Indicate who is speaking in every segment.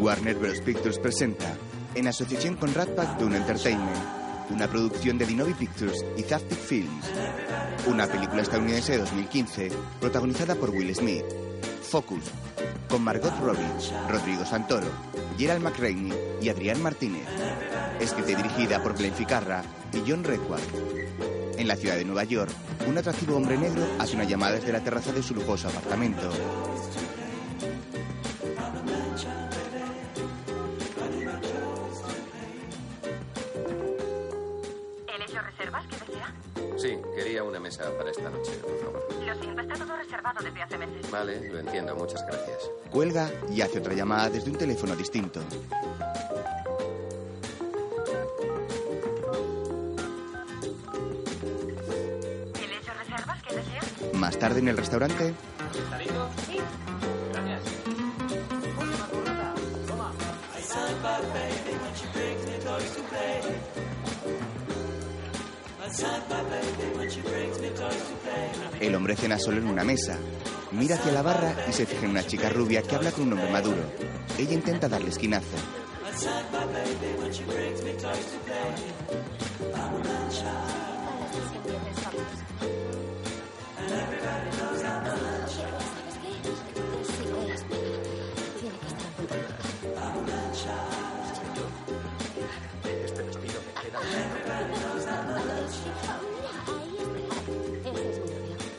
Speaker 1: Warner Bros. Pictures presenta, en asociación con Rat Pack Dune Entertainment, una producción de Dinovi Pictures y Zaftic Films, una película estadounidense de 2015 protagonizada por Will Smith, Focus, con Margot Robbie, Rodrigo Santoro, Gerald McRaney y Adrián Martínez, escrita y dirigida por Glenn Ficarra y John Redquart. En la ciudad de Nueva York, un atractivo hombre negro hace una llamada desde la terraza de su lujoso apartamento.
Speaker 2: ¿En esas reservas que decía?
Speaker 3: Sí, quería una mesa para esta noche, por favor.
Speaker 2: Lo siento, está todo reservado desde hace meses.
Speaker 3: Vale, lo entiendo, muchas gracias.
Speaker 1: Cuelga y hace otra llamada desde un teléfono distinto.
Speaker 2: ¿En esas reservas que decía?
Speaker 1: Más tarde en el restaurante,
Speaker 2: Sí.
Speaker 4: Gracias.
Speaker 1: el hombre cena solo en una mesa. Mira hacia la barra y se fija en una chica rubia que habla con un hombre maduro. Ella intenta darle esquinazo.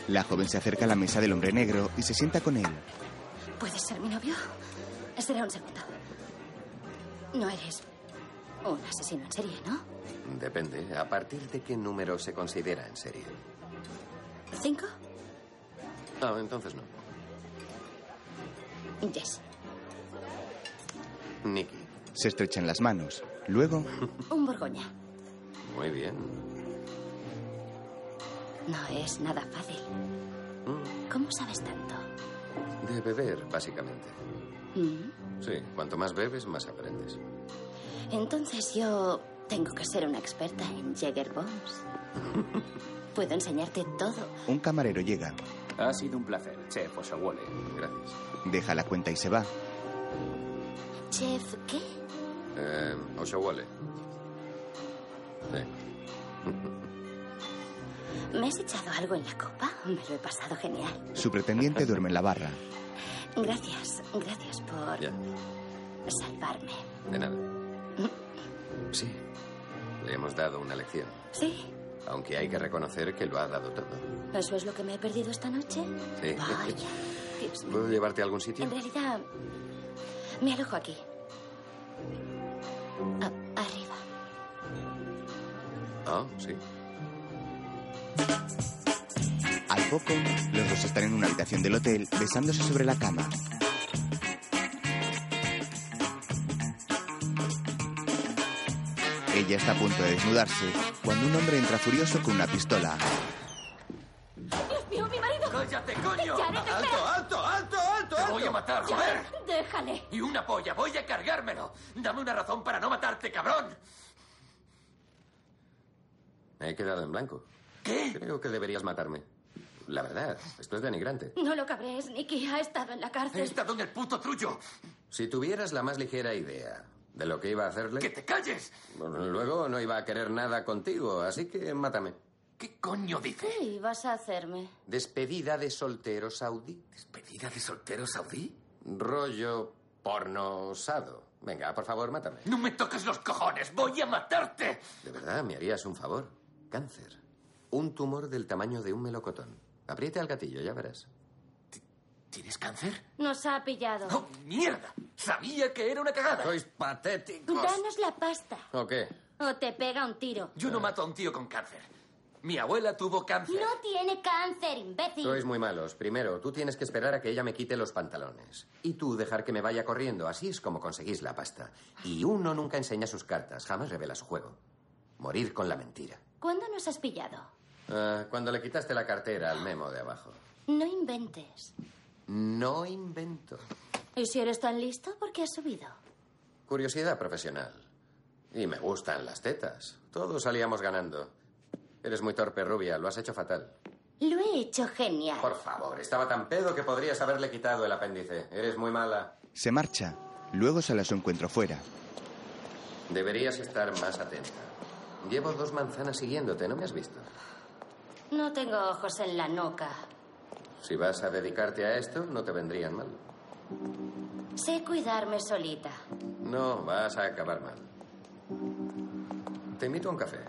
Speaker 1: La joven se acerca a la mesa del hombre negro y se sienta con él.
Speaker 5: ¿Puedes ser mi novio? Será un segundo. No eres un asesino en serie, ¿no?
Speaker 3: Depende, ¿a partir de qué número se considera en serio?
Speaker 5: ¿Cinco?
Speaker 3: Ah, entonces no.
Speaker 5: Yes.
Speaker 3: Nicky.
Speaker 1: Se estrechan las manos. Luego,
Speaker 5: Un Borgoña.
Speaker 3: Muy bien.
Speaker 5: No es nada fácil. ¿Cómo sabes tanto?
Speaker 3: Mm, De beber, básicamente.
Speaker 5: Mm.
Speaker 3: Sí, cuanto más bebes, más aprendes.
Speaker 5: Entonces yo tengo que ser una experta en Jäger Bombs. Puedo enseñarte todo.
Speaker 1: un camarero llega,
Speaker 4: Ha sido un placer, chef Oshawole.
Speaker 3: Gracias.
Speaker 1: deja la cuenta y se va.
Speaker 5: Chef, ¿qué?
Speaker 3: Eh, Oshawale. Sí.
Speaker 5: ¿Me has echado algo en la copa? Me lo he pasado genial.
Speaker 1: Su pretendiente duerme en la barra.
Speaker 5: Gracias, gracias por
Speaker 3: Ya,
Speaker 5: salvarme.
Speaker 3: de nada. Sí, le hemos dado una lección.
Speaker 5: Sí,
Speaker 3: Aunque hay que reconocer que lo ha dado todo.
Speaker 5: eso es lo que me he perdido esta noche.
Speaker 3: Sí.
Speaker 5: Vaya, Dios mío.
Speaker 3: ¿Puedo llevarte a algún sitio?
Speaker 5: En realidad, me alojo aquí. A- arriba.
Speaker 3: Ah, sí.
Speaker 1: Al poco, los dos están en una habitación del hotel besándose sobre la cama. Ella está a punto de desnudarse cuando un hombre entra furioso con una pistola.
Speaker 5: ¡Dios mío, mi marido!
Speaker 4: ¡Cállate, coño!
Speaker 5: Jared, espera.
Speaker 4: ¡Alto, alto, alto, alto! ¡Te voy a matar, joder!
Speaker 5: ¡Déjale!
Speaker 4: ¡Y una polla! ¡Voy a cargármelo! ¡Dame una razón para no matarte, cabrón!
Speaker 3: Me he quedado en blanco. Creo que deberías matarme. La verdad, esto es denigrante.
Speaker 5: No lo cabrees, Nicky. Ha estado en la
Speaker 4: He
Speaker 5: cárcel.
Speaker 4: estado en el puto trullo.
Speaker 3: Si tuvieras la más ligera idea de lo que iba a hacerle,
Speaker 4: ¡Que te calles!
Speaker 3: luego no iba a querer nada contigo, así que mátame.
Speaker 4: ¿Qué coño dice?
Speaker 5: ¿Qué ibas a hacerme?
Speaker 3: Despedida de soltero saudí.
Speaker 4: ¿Despedida de soltero saudí?
Speaker 3: Rollo porno osado. Venga, por favor, mátame.
Speaker 4: ¡No me toques los cojones! ¡Voy a matarte!
Speaker 3: De verdad, me harías un favor. Cáncer. Un tumor del tamaño de un melocotón. Apriete al gatillo, ya verás.
Speaker 4: ¿Tienes cáncer?
Speaker 5: Nos ha pillado.
Speaker 4: ¡Oh, mierda! Sabía que era una cagada.
Speaker 3: Sois patéticos.
Speaker 5: Danos la pasta
Speaker 3: ¿O qué?
Speaker 5: o te pega un tiro.
Speaker 4: Yo no mato a un tío con cáncer. Mi abuela tuvo cáncer.
Speaker 5: Ah. No tiene cáncer, imbécil.
Speaker 3: Sois muy malos. Primero, tú tienes que esperar a que ella me quite los pantalones. Y tú dejar que me vaya corriendo. Así es como conseguís la pasta. Y uno nunca enseña sus cartas. Jamás revela su juego. Morir con la mentira.
Speaker 5: ¿Cuándo nos has pillado?
Speaker 3: Ah, cuando le quitaste la cartera al memo de abajo.
Speaker 5: No inventes.
Speaker 3: No invento.
Speaker 5: ¿Y si eres tan listo, por qué has subido?
Speaker 3: Curiosidad profesional. Y me gustan las tetas. Todos salíamos ganando. Eres muy torpe, rubia. Lo has hecho fatal.
Speaker 5: Lo he hecho genial.
Speaker 3: Por favor, estaba tan pedo que podrías haberle quitado el apéndice. Eres muy mala.
Speaker 1: Se marcha. Luego sale a su encuentro fuera.
Speaker 3: Deberías estar más atenta. Llevo dos manzanas siguiéndote, ¿no me has visto?
Speaker 5: No tengo ojos en la nuca.
Speaker 3: Si vas a dedicarte a esto, no te vendrían mal.
Speaker 5: Sé cuidarme solita.
Speaker 3: No, vas a acabar mal. Te invito a un café.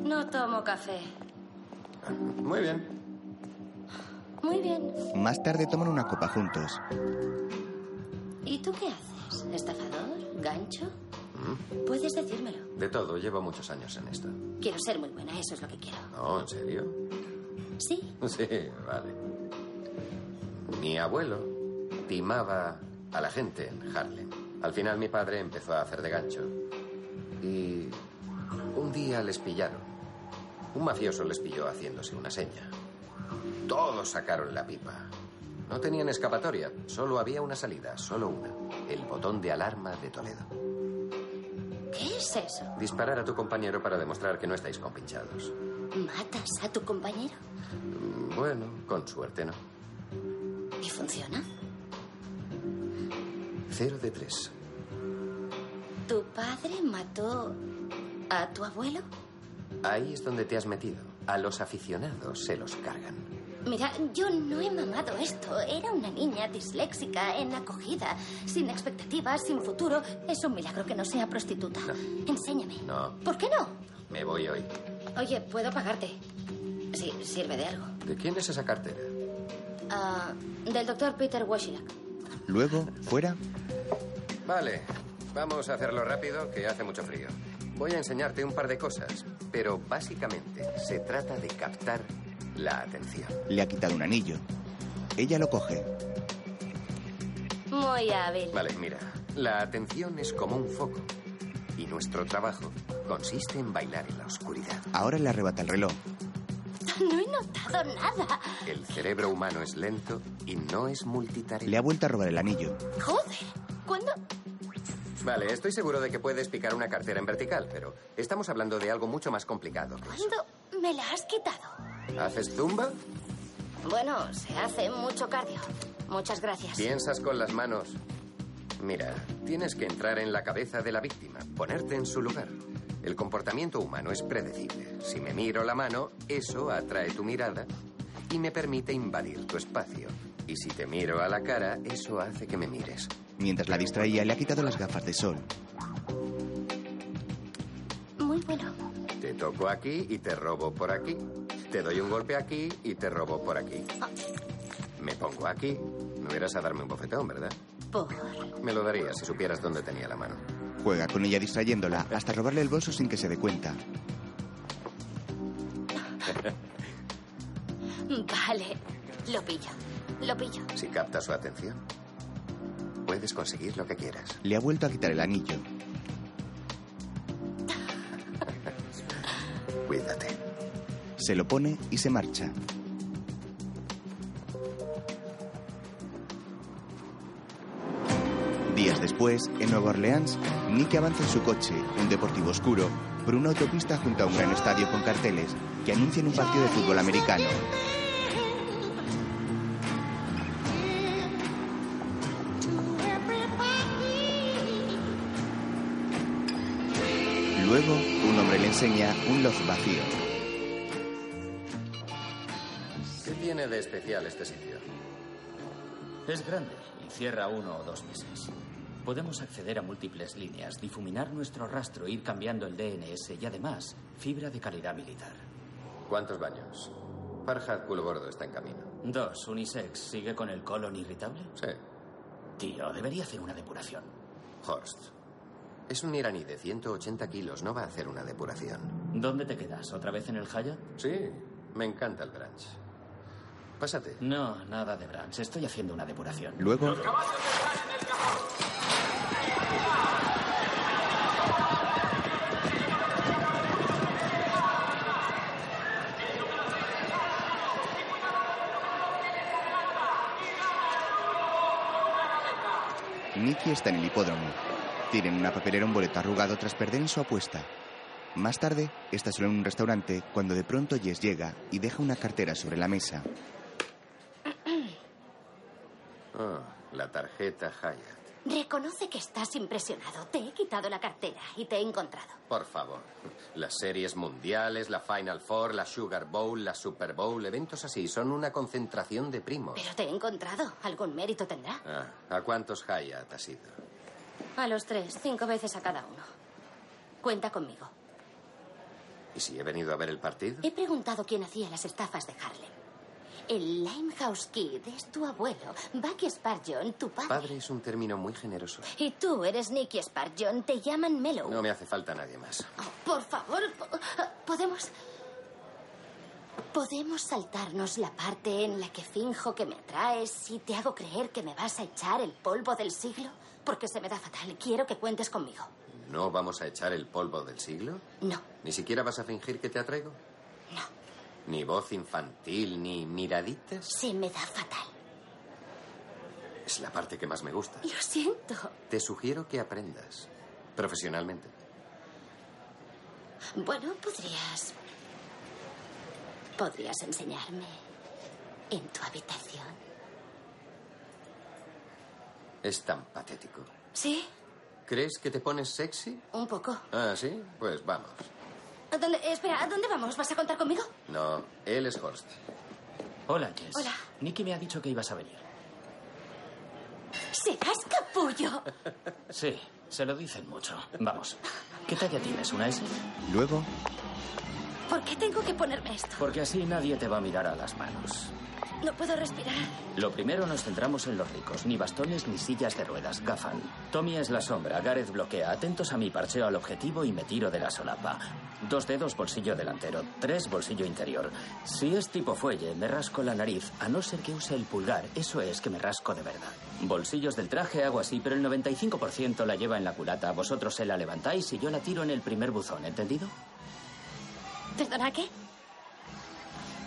Speaker 5: No tomo café.
Speaker 3: Muy bien.
Speaker 5: Muy bien.
Speaker 1: Más tarde toman una copa juntos.
Speaker 5: ¿Y tú qué haces? ¿Estafador? ¿Gancho? Puedes decírmelo.
Speaker 3: De todo, llevo muchos años en esto.
Speaker 5: Quiero ser muy buena, eso es lo que quiero.
Speaker 3: No, ¿en serio?
Speaker 5: Sí,
Speaker 3: Sí, vale. Mi abuelo timaba a la gente en Harlem. Al final mi padre empezó a hacer de gancho. Y un día les pillaron. Un mafioso les pilló haciéndose una seña. Todos sacaron la pipa. No tenían escapatoria, solo había una salida, solo una. El botón de alarma de Toledo.
Speaker 5: ¿qué es eso?
Speaker 3: Disparar a tu compañero para demostrar que no estáis compinchados.
Speaker 5: ¿Matas a tu compañero?
Speaker 3: Mm, Bueno, con suerte no.
Speaker 5: ¿Y funciona?
Speaker 3: Cero de tres.
Speaker 5: ¿Tu padre mató a tu abuelo?
Speaker 3: Ahí es donde te has metido. A los aficionados se los cargan.
Speaker 5: Mira, yo no he mamado esto. Era una niña disléxica, en acogida, sin expectativas, sin futuro. Es un milagro que no sea prostituta. Enséñame.
Speaker 3: No,
Speaker 5: ¿Por qué no?
Speaker 3: me voy hoy.
Speaker 5: Oye, puedo pagarte. Sí, sirve de algo.
Speaker 3: ¿De quién es esa cartera?
Speaker 5: Ah, del doctor Peter Washilak.
Speaker 1: Luego, fuera,
Speaker 3: Vale, vamos a hacerlo rápido, que hace mucho frío. Voy a enseñarte un par de cosas, pero básicamente se trata de captar la atención.
Speaker 1: le ha quitado un anillo. Ella lo coge.
Speaker 5: Muy hábil.
Speaker 3: Vale, mira, la atención es como un foco y nuestro trabajo consiste en bailar en la oscuridad.
Speaker 1: Ahora le arrebata el reloj.
Speaker 5: No he notado nada.
Speaker 3: El cerebro humano es lento y no es multitarea.
Speaker 1: Le ha vuelto a robar el anillo.
Speaker 5: Joder. ¿Cuándo?
Speaker 3: Vale, estoy seguro de que puedes picar una cartera en vertical, pero estamos hablando de algo mucho más complicado. que eso.
Speaker 5: ¿Cuándo me la has quitado?
Speaker 3: ¿Haces zumba?
Speaker 5: Bueno, se hace mucho cardio. Muchas gracias.
Speaker 3: ¿Piensas con las manos? Mira, tienes que entrar en la cabeza de la víctima, ponerte en su lugar. El comportamiento humano es predecible. Si me miro la mano, eso atrae tu mirada y me permite invadir tu espacio. Y si te miro a la cara, eso hace que me mires.
Speaker 1: Mientras la distraía, le ha quitado las gafas de sol.
Speaker 5: Muy bueno.
Speaker 3: Te toco aquí y te robo por aquí. Te doy un golpe aquí y te robo por aquí. Me pongo aquí. No irás a darme un bofetón, ¿verdad?
Speaker 5: Por.
Speaker 3: Me lo darías si supieras dónde tenía la mano.
Speaker 1: Juega con ella distrayéndola hasta robarle el bolso sin que se dé cuenta.
Speaker 5: Vale. Lo pillo. Lo pillo.
Speaker 3: Si captas su atención, puedes conseguir lo que quieras.
Speaker 1: Le ha vuelto a quitar el anillo.
Speaker 3: Cuídate.
Speaker 1: Se lo pone y se marcha. Días después, en Nueva Orleans, Nick avanza en su coche, un deportivo oscuro, por una autopista junto a un gran estadio con carteles que anuncian un partido de fútbol americano. Luego, un hombre le enseña un loft vacío.
Speaker 3: ¿Qué tiene de especial este sitio?
Speaker 6: Es grande y cierra uno o dos meses. Podemos acceder a múltiples líneas, difuminar nuestro rastro, ir cambiando el DNS y además fibra de calidad militar.
Speaker 3: ¿Cuántos baños? Farhad culo gordo está en camino.
Speaker 6: Dos, Unisex sigue con el colon irritable.
Speaker 3: Sí.
Speaker 6: Tío, debería hacer una depuración.
Speaker 3: Horst. Es un iraní de 180 kilos, no va a hacer una depuración.
Speaker 6: ¿Dónde te quedas? ¿Otra vez en el Hyatt?
Speaker 3: Sí, me encanta el branch. Pásate.
Speaker 6: No, nada de Branch. Estoy haciendo una depuración.
Speaker 1: Luego, Nicky está en el hipódromo. Tienen una papelera un boleto arrugado tras perder en su apuesta. Más tarde, está solo en un restaurante cuando de pronto Jess llega y deja una cartera sobre la mesa.
Speaker 3: Ah, la tarjeta Hyatt.
Speaker 5: Reconoce que estás impresionado. Te he quitado la cartera y te he encontrado.
Speaker 4: Por favor. Las series mundiales, la Final Four, la Sugar Bowl, la Super Bowl, eventos así son una concentración de primos.
Speaker 5: Pero te he encontrado. ¿Algún mérito tendrá?
Speaker 4: Ah, ¿A cuántos Hyatt has ido?
Speaker 5: A los tres, cinco veces a cada uno. Cuenta conmigo.
Speaker 4: ¿Y si he venido a ver el partido?
Speaker 5: He preguntado quién hacía las estafas de Harlem. El Limehouse Kid es tu abuelo, Bucky Sparjon, tu padre.
Speaker 4: Padre es un término muy generoso.
Speaker 5: Y tú eres Nicky Sparjon, te llaman Mellow.
Speaker 4: No me hace falta nadie más.
Speaker 5: Por favor, po- podemos. Podemos saltarnos la parte en la que finjo que me atraes y te hago creer que me vas a echar el polvo del siglo, porque se me da fatal. Quiero que cuentes conmigo.
Speaker 4: ¿No vamos a echar el polvo del siglo?
Speaker 5: No,
Speaker 4: ¿Ni siquiera vas a fingir que te atraigo? ¿Ni voz infantil, ni miraditas?
Speaker 5: se me da fatal.
Speaker 4: Es la parte que más me gusta.
Speaker 5: Lo siento.
Speaker 4: Te sugiero que aprendas. Profesionalmente.
Speaker 5: Bueno, podrías. Podrías enseñarme en tu habitación.
Speaker 4: Es tan patético.
Speaker 5: Sí,
Speaker 4: ¿Crees que te pones sexy?
Speaker 5: un poco.
Speaker 4: Ah, sí. Pues vamos.
Speaker 5: ¿A dónde- espera, ¿a dónde vamos? ¿Vas a contar conmigo?
Speaker 4: No, él es Horst.
Speaker 6: Hola, Jess.
Speaker 5: Hola.
Speaker 6: Nicky me ha dicho que ibas a venir.
Speaker 5: ¡Serás capullo!
Speaker 6: Sí, se lo dicen mucho. Vamos. ¿Qué talla tienes? ¿Una S?
Speaker 1: Luego,
Speaker 5: ¿Por qué tengo que ponerme esto?
Speaker 6: Porque así nadie te va a mirar a las manos.
Speaker 5: No puedo respirar.
Speaker 6: Lo primero nos centramos en los ricos. Ni bastones ni sillas de ruedas. Gafan. Tommy es la sombra. Gareth bloquea. Atentos a mi parcheo al objetivo y me tiro de la solapa. Dos dedos bolsillo delantero. Tres bolsillo interior. Si es tipo fuelle, me rasco la nariz. A no ser que use el pulgar. Eso es que me rasco de verdad. Bolsillos del traje hago así, pero el 95% la lleva en la culata. Vosotros se la levantáis y yo la tiro en el primer buzón. ¿Entendido?
Speaker 5: ¿Perdona qué?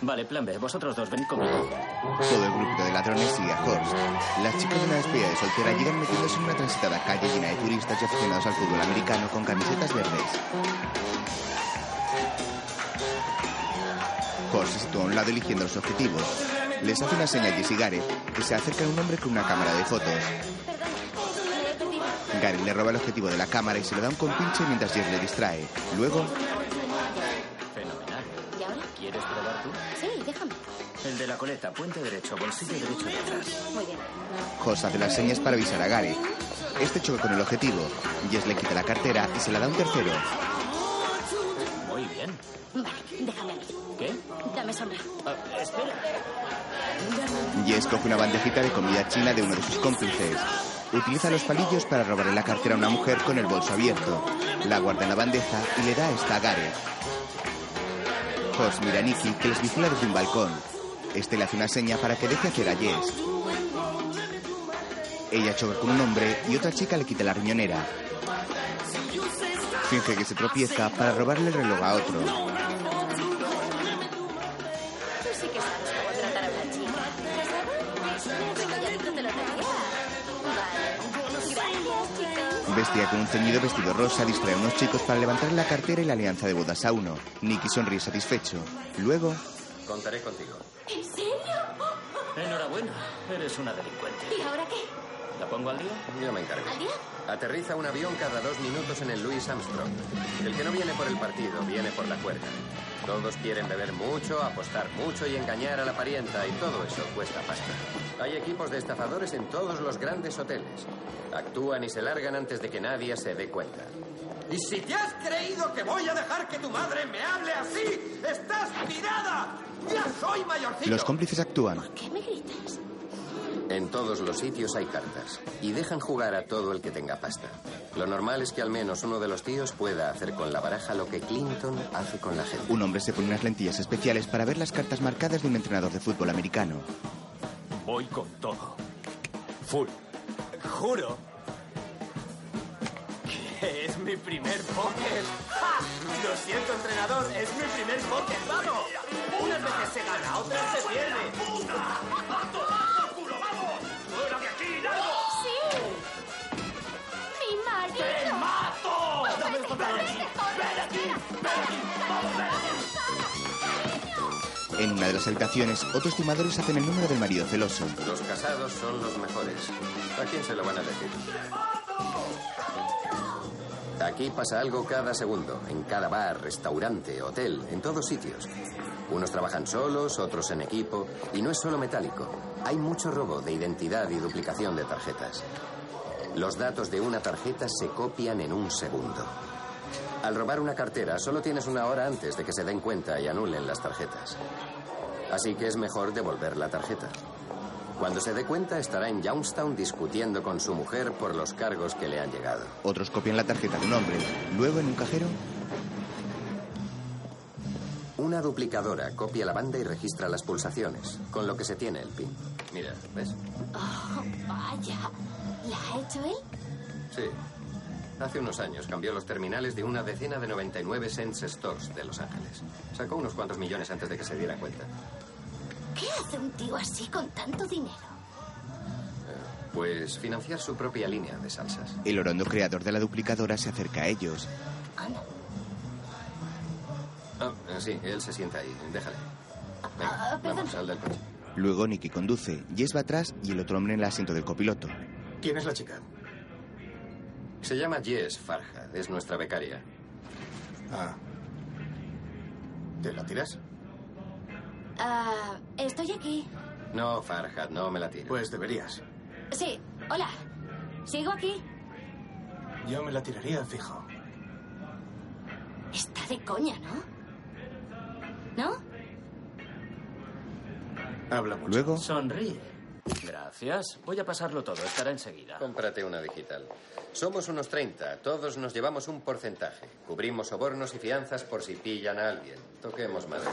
Speaker 6: Vale, plan B. Vosotros dos venid conmigo.
Speaker 1: todo el grupo de ladrones sigue a Horst. Las chicas de la despedida de soltera llegan metiéndose en una transitada calle llena de turistas y aficionados al fútbol americano con camisetas verdes. Horst se sitúa a un lado eligiendo los objetivos. Les hace una señal Jess y Gareth, que se acerca a un hombre con una cámara de fotos.
Speaker 5: Perdona, me he perdido.
Speaker 1: Gareth le roba el objetivo de la cámara y se lo da un compinche mientras Jess le distrae. Luego,
Speaker 6: Fenomenal.
Speaker 5: ¿Y ahora?
Speaker 6: ¿Quieres probar tú?
Speaker 5: Sí, déjame.
Speaker 6: El de la coleta, puente derecho, bolsillo derecho de atrás.
Speaker 5: Muy bien.
Speaker 1: Hoss hace las señas para avisar a Gareth. Este choca con el objetivo. Jess le quita la cartera y se la da a un tercero.
Speaker 6: Muy bien.
Speaker 5: Vale, déjame a mí.
Speaker 6: ¿Qué?
Speaker 5: Dame sombra.
Speaker 6: Ah, espera.
Speaker 1: Jess coge una bandejita de comida china de uno de sus cómplices. Utiliza los palillos para robarle la cartera a una mujer con el bolso abierto. La guarda en la bandeja y le da esta a Gareth. Hoss mira a Nicky que les vigila desde un balcón. Este le hace una seña para que deje hacer a Jess. Ella choca con un hombre y otra chica le quita la riñonera. Finge que se tropieza para robarle el reloj a otro.
Speaker 5: Tú sí que sabes cómo tratar a una chica. ¿Casada? Venga, ya no te lo daría. Vale. Gracias, chicos.
Speaker 1: Vestida con un ceñido vestido rosa, distrae a unos chicos para levantar la cartera y la alianza de bodas a uno. Nicky sonríe satisfecho. Luego,
Speaker 4: Contaré contigo.
Speaker 5: ¿En serio?
Speaker 6: Enhorabuena, eres una delincuente.
Speaker 5: ¿Y ahora qué?
Speaker 6: ¿La pongo al día?
Speaker 4: Yo me encargo.
Speaker 5: ¿Al día?
Speaker 4: Aterriza un avión cada dos minutos en el Louis Armstrong. El que no viene por el partido, viene por la cuerda. Todos quieren beber mucho, apostar mucho y engañar a la parienta y todo eso cuesta pasta. Hay equipos de estafadores en todos los grandes hoteles. Actúan y se largan antes de que nadie se dé cuenta.
Speaker 7: Y si te has creído que voy a dejar que tu madre me hable así, estás pirada. Ya soy mayorcito.
Speaker 1: los cómplices actúan.
Speaker 5: ¿Qué me gritas?
Speaker 4: En todos los sitios hay cartas y dejan jugar a todo el que tenga pasta. Lo normal es que al menos uno de los tíos pueda hacer con la baraja lo que Clinton hace con la gente.
Speaker 1: Un hombre se pone unas lentillas especiales para ver las cartas marcadas de un entrenador de fútbol americano.
Speaker 3: Voy con todo. Full. Juro. que es mi primer póker. ¡Ja! Lo siento, entrenador, es mi primer póker. ¡Vamos! Unas veces se gana, otras se pierde.
Speaker 5: ¡Sí! ¡Mi marido! ¡Te mato! ¡Dame los pantalones! ¡Ven aquí! ¡Ven aquí! ¡Vamos, ven aquí!
Speaker 1: En una de las habitaciones, otros timadores hacen el número del marido celoso.
Speaker 4: Los casados son los mejores. ¿A quién se lo van a decir? Aquí pasa algo cada segundo, en cada bar, restaurante, hotel, en todos sitios. Unos trabajan solos, otros en equipo, y no es solo metálico. Hay mucho robo de identidad y duplicación de tarjetas. Los datos de una tarjeta se copian en un segundo. Al robar una cartera solo tienes una hora antes de que se den cuenta y anulen las tarjetas. Así que es mejor devolver la tarjeta. Cuando se dé cuenta estará en Youngstown discutiendo con su mujer por los cargos que le han llegado.
Speaker 1: Otros copian la tarjeta de un hombre. Luego, en un cajero,
Speaker 4: Una duplicadora copia la banda y registra las pulsaciones, con lo que se tiene el pin. Mira, ¿ves?
Speaker 5: Oh, vaya. ¿La ha hecho él?
Speaker 4: Sí. Hace unos años cambió los terminales de una decena de 99 cents stores de Los Ángeles. Sacó unos cuantos millones antes de que se diera cuenta.
Speaker 5: ¿Qué hace un tío así con tanto dinero?
Speaker 4: Pues financiar su propia línea de salsas.
Speaker 1: el orondo creador de la duplicadora se acerca a ellos.
Speaker 5: Anda.
Speaker 4: Ah, eh, sí, él se sienta ahí. Déjale.
Speaker 5: Ah,
Speaker 4: Venga,
Speaker 5: perdón.
Speaker 4: vamos, sal del coche.
Speaker 1: Luego, Nicky conduce, Jess va atrás y el otro hombre en el asiento del copiloto.
Speaker 8: ¿Quién es la chica?
Speaker 4: Se llama Jess Farhad, es nuestra becaria.
Speaker 8: Ah. ¿Te la tiras?
Speaker 5: Ah, estoy aquí.
Speaker 4: No, Farhad, no me la tiro.
Speaker 8: Pues deberías.
Speaker 5: Sí, hola. ¿Sigo aquí?
Speaker 8: Yo me la tiraría fijo.
Speaker 5: Está de coña, ¿no? ¿No?
Speaker 8: Habla mucho.
Speaker 1: Luego,
Speaker 6: Sonríe. Gracias. Voy a pasarlo todo. Estará enseguida.
Speaker 4: Cómprate una digital. Somos unos 30. Todos nos llevamos un porcentaje. Cubrimos sobornos y fianzas por si pillan a alguien. Toquemos madre.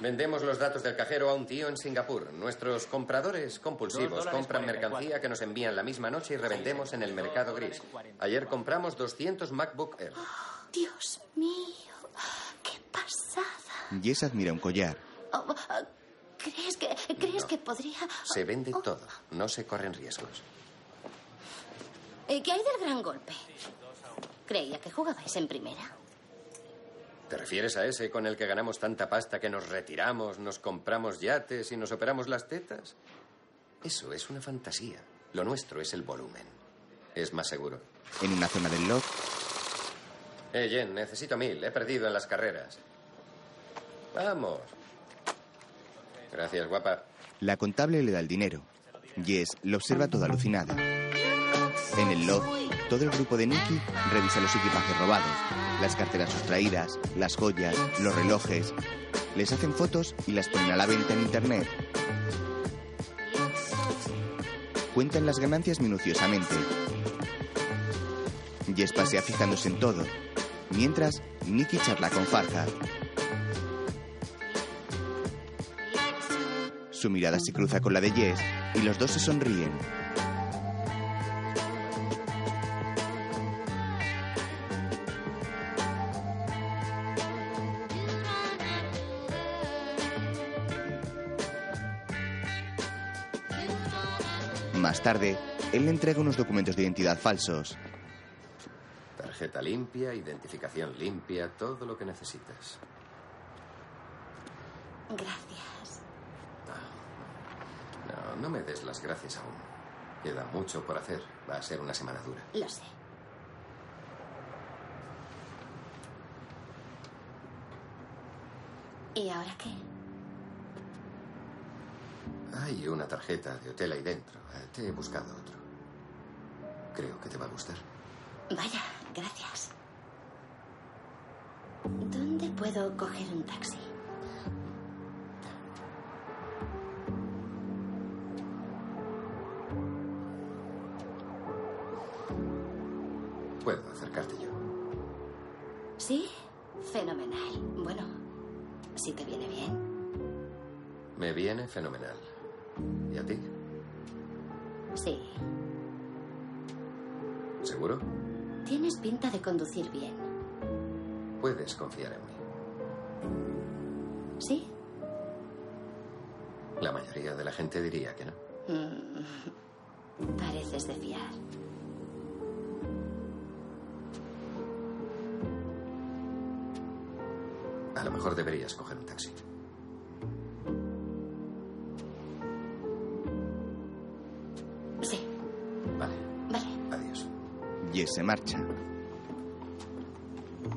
Speaker 4: Vendemos los datos del cajero a un tío en Singapur. Nuestros compradores
Speaker 6: Dos
Speaker 4: compulsivos
Speaker 6: dólares
Speaker 4: compran
Speaker 6: cuarenta y cuatro.
Speaker 4: mercancía que nos envían la misma noche y revendemos en el mercado gris. Ayer compramos 200 MacBook Air.
Speaker 5: Dios mío, qué pasada.
Speaker 1: Jess admira un collar.
Speaker 5: Oh, ah, ¿Crees que crees
Speaker 4: No.
Speaker 5: que podría?
Speaker 4: Se vende
Speaker 5: Oh,
Speaker 4: todo. No se corren riesgos.
Speaker 5: ¿Y Eh, qué hay del gran golpe? Creía que jugabais en primera.
Speaker 4: ¿Te refieres a ese con el que ganamos tanta pasta que nos retiramos, nos compramos yates y nos operamos las tetas? Eso es una fantasía. Lo nuestro es el volumen. Es más seguro.
Speaker 1: En una zona del loft,
Speaker 4: Eh, Jen, necesito mil. He perdido en las carreras. Vamos. Gracias, guapa.
Speaker 1: la contable le da el dinero. Jess lo observa toda alucinada. En el loft, todo el grupo de Nicky revisa los equipajes robados, las carteras sustraídas, las joyas, los relojes. Les hacen fotos y las ponen a la venta en internet. Cuentan las ganancias minuciosamente. Jess pasea fijándose en todo. Mientras, Nicky charla con Farhad. Su mirada se cruza con la de Jess y los dos se sonríen. Más tarde, él le entrega unos documentos de identidad falsos.
Speaker 4: Tarjeta limpia, identificación limpia, todo lo que necesitas.
Speaker 5: Gracias.
Speaker 4: No, no me des las gracias aún. Queda mucho por hacer. Va a ser una semana dura.
Speaker 5: Lo sé. ¿Y ahora qué?
Speaker 4: Hay una tarjeta de hotel ahí dentro. Eh, Te he buscado otro. Creo que te va a gustar.
Speaker 5: Vaya, gracias. ¿Dónde puedo coger un taxi?
Speaker 4: Puedo acercarte yo.
Speaker 5: Sí, fenomenal. Bueno, si te viene bien.
Speaker 4: Me viene fenomenal. ¿Y a ti?
Speaker 5: Sí,
Speaker 4: ¿Seguro?
Speaker 5: tienes pinta de conducir bien.
Speaker 4: Puedes confiar en mí.
Speaker 5: ¿Sí?
Speaker 4: La mayoría de la gente diría que no.
Speaker 5: Mm, pareces de fiar.
Speaker 4: A lo mejor deberías coger un taxi.
Speaker 1: Jess se marcha.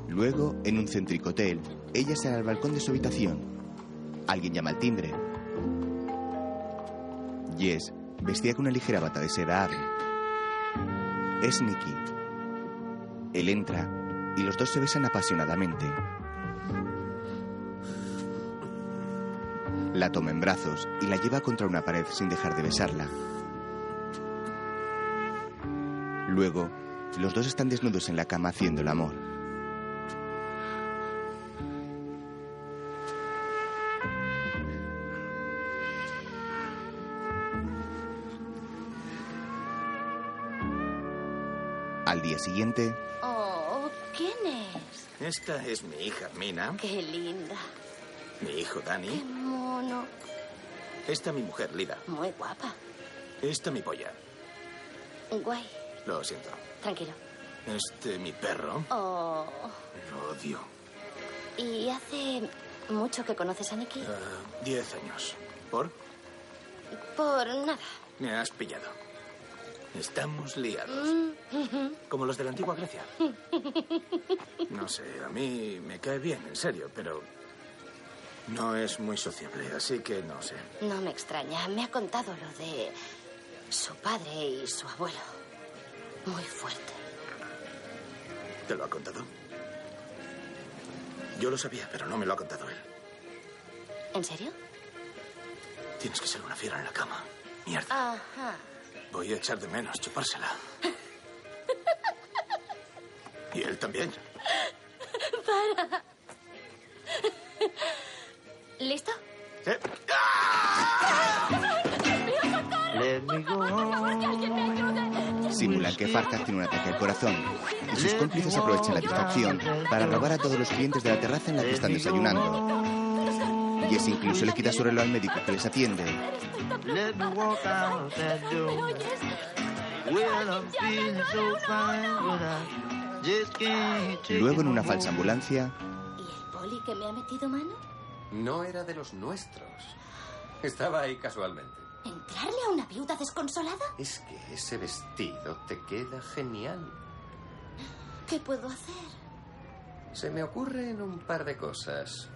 Speaker 1: Luego, en un céntrico hotel, ella sale al balcón de su habitación. Alguien llama al timbre. Jess, vestida con una ligera bata de seda, abre. Es Nicky. Él entra y los dos se besan apasionadamente. La toma en brazos y la lleva contra una pared sin dejar de besarla. Luego, los dos están desnudos en la cama haciendo el amor. Al día siguiente,
Speaker 5: Oh, ¿quién es?
Speaker 8: Esta es mi hija, Mina.
Speaker 5: Qué linda.
Speaker 8: Mi hijo,
Speaker 5: Qué
Speaker 8: Dani.
Speaker 5: mono.
Speaker 8: Esta mi mujer, Lida.
Speaker 5: Muy guapa.
Speaker 8: Esta Este mi polla.
Speaker 5: Guay.
Speaker 8: Lo siento.
Speaker 5: Tranquilo.
Speaker 8: Este mi perro.
Speaker 5: Oh,
Speaker 8: Lo odio.
Speaker 5: ¿y hace mucho que conoces a Nicky?
Speaker 8: Ah, diez años. ¿Por?
Speaker 5: Por nada.
Speaker 8: Me has pillado. Estamos liados.
Speaker 5: Mm,
Speaker 8: Como los de la antigua Grecia. No sé, a mí me cae bien, en serio, pero no es muy sociable, así que no sé.
Speaker 5: No me extraña. Me ha contado lo de su padre y su abuelo. Muy fuerte.
Speaker 8: ¿Te lo ha contado? Yo lo sabía, pero no me lo ha contado él.
Speaker 5: ¿En serio?
Speaker 8: Tienes que ser una fiera en la cama. Mierda.
Speaker 5: Ajá.
Speaker 8: Voy a echar de menos chupársela. Y él también.
Speaker 5: ¿Listo? ¡Ah!
Speaker 8: ¿Eh?
Speaker 1: simulan que Farkas tiene un ataque al corazón y sus cómplices aprovechan la distracción para robar a todos los clientes de la terraza en la que están desayunando. Jess incluso le quita su reloj al médico que les atiende. Luego en una falsa ambulancia,
Speaker 5: ¿Y el poli que me ha metido mano?
Speaker 4: No era de los nuestros. Estaba ahí casualmente.
Speaker 5: ¿Entrarle a una viuda desconsolada?
Speaker 4: Es que ese vestido te queda genial.
Speaker 5: ¿Qué puedo hacer?
Speaker 4: Se me ocurren un par de cosas.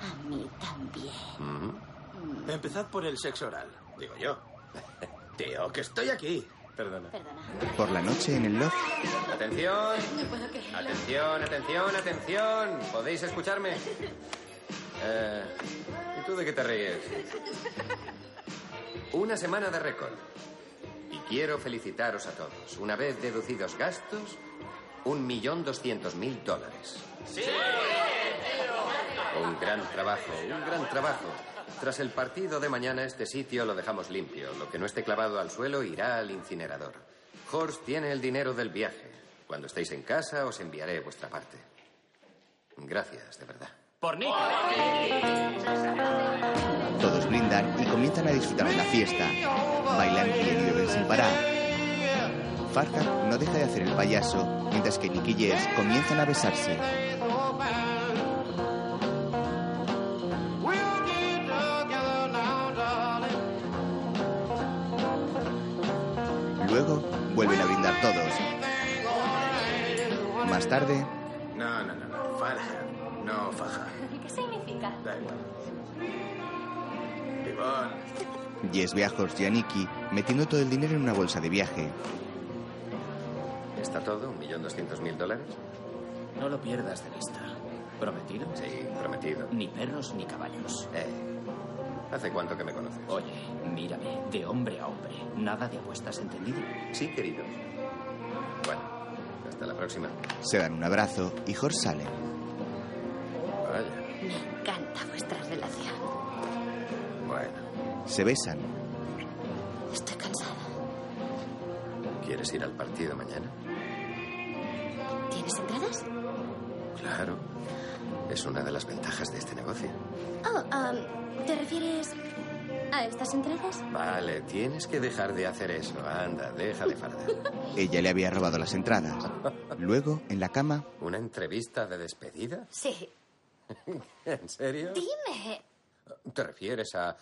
Speaker 5: A mí también.
Speaker 4: Mm.
Speaker 8: Empezad por el sexo oral, digo yo. Tío, que estoy aquí. Perdona.
Speaker 5: Perdona.
Speaker 1: por la noche en el loft,
Speaker 4: Atención,
Speaker 5: No puedo creerlo.
Speaker 4: atención, atención, atención. ¿Podéis escucharme? Eh, ¿Y tú de qué te ríes? Una semana de récord. Y quiero felicitaros a todos. Una vez deducidos gastos, un millón doscientos mil dólares. Un gran trabajo, un gran trabajo. Tras el partido de mañana este sitio lo dejamos limpio. Lo que no esté clavado al suelo irá al incinerador. Horst tiene el dinero del viaje. Cuando estéis en casa os enviaré vuestra parte. Gracias, de verdad.
Speaker 6: Por Nick.
Speaker 1: todos brindan y comienzan a disfrutar de la fiesta. Bailan y beben sin parar. Farkas no deja de hacer el payaso, mientras que Nick y Jess comienzan a besarse. Luego vuelven a brindar todos. Más tarde,
Speaker 8: No, no, no, no. Faja. No faja.
Speaker 5: ¿Qué significa?
Speaker 8: Da igual. Iván.
Speaker 1: Jess ve a Horst y a Nicky metiendo todo el dinero en una bolsa de viaje.
Speaker 4: ¿Está todo? ¿Un millón doscientos mil dólares?
Speaker 6: No lo pierdas de vista. ¿Prometido?
Speaker 4: Sí, prometido.
Speaker 6: Ni perros ni caballos.
Speaker 4: Eh, ¿Hace cuánto que me conoces?
Speaker 6: Oye, mírame, de hombre a hombre. Nada de apuestas, ¿entendido?
Speaker 4: Sí, querido. Bueno, hasta la próxima.
Speaker 1: Se dan un abrazo y Horst sale.
Speaker 4: Vaya.
Speaker 5: Me encanta vuestra relación.
Speaker 4: Bueno,
Speaker 1: Se besan.
Speaker 5: Estoy cansada.
Speaker 4: ¿quieres ir al partido mañana?
Speaker 5: ¿Tienes entradas?
Speaker 4: Claro. Es una de las ventajas de este negocio.
Speaker 5: Oh, ah, ¿te refieres a estas entradas?
Speaker 4: Vale, tienes que dejar de hacer eso. Anda, deja de fardar.
Speaker 1: Ella le había robado las entradas. Luego, en la cama,
Speaker 4: ¿Una entrevista de despedida?
Speaker 5: Sí.
Speaker 4: ¿En serio?
Speaker 5: Dime.
Speaker 4: ¿Te refieres a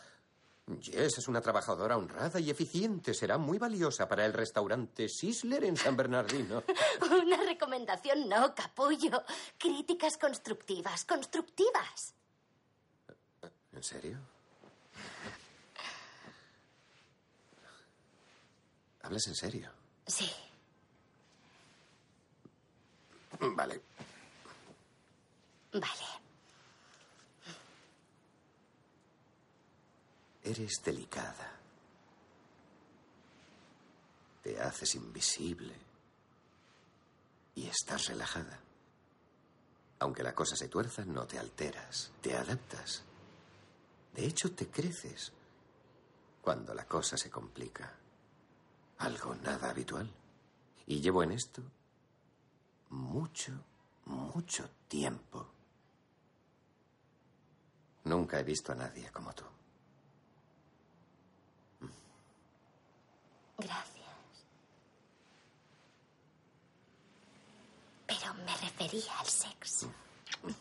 Speaker 4: Jess es una trabajadora honrada y eficiente. Será muy valiosa para el restaurante Sisler en San Bernardino.
Speaker 5: Una recomendación no, capullo. Críticas constructivas, constructivas.
Speaker 4: ¿En serio? ¿Hablas en serio?
Speaker 5: Sí.
Speaker 4: Vale.
Speaker 5: Vale.
Speaker 4: Eres delicada. Te haces invisible. Y estás relajada. Aunque la cosa se tuerza, no te alteras. Te adaptas. De hecho, te creces. Cuando la cosa se complica. Algo nada habitual. Y llevo en esto mucho, mucho tiempo. Nunca he visto a nadie como tú.
Speaker 5: Gracias. Pero me refería al sexo.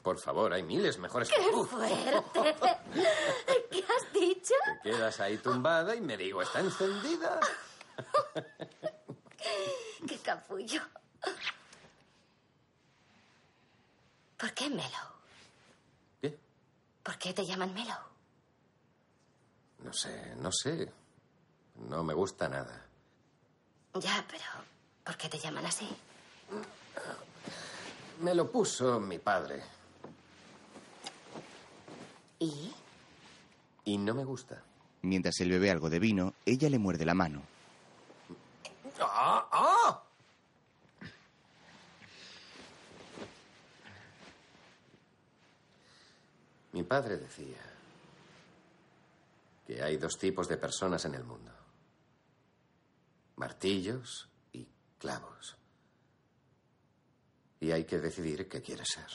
Speaker 4: Por favor, hay miles mejores que
Speaker 5: ¡Qué
Speaker 4: tú.
Speaker 5: fuerte! ¿Qué has dicho?
Speaker 4: Te quedas ahí tumbada y me digo, ¿está encendida?
Speaker 5: ¡Qué capullo! ¿Por qué Mellow?
Speaker 4: ¿Qué?
Speaker 5: ¿Por qué te llaman Mellow?
Speaker 4: No sé, no sé. No me gusta nada.
Speaker 5: Ya, pero ¿por qué te llaman así?
Speaker 4: Me lo puso mi padre
Speaker 5: ¿Y?
Speaker 4: y no me gusta.
Speaker 1: Mientras él bebe algo de vino, ella le muerde la mano.
Speaker 4: ¡Ah! ¡Ah! Mi padre decía que hay dos tipos de personas en el mundo. Martillos y clavos. Y hay que decidir qué quieres ser.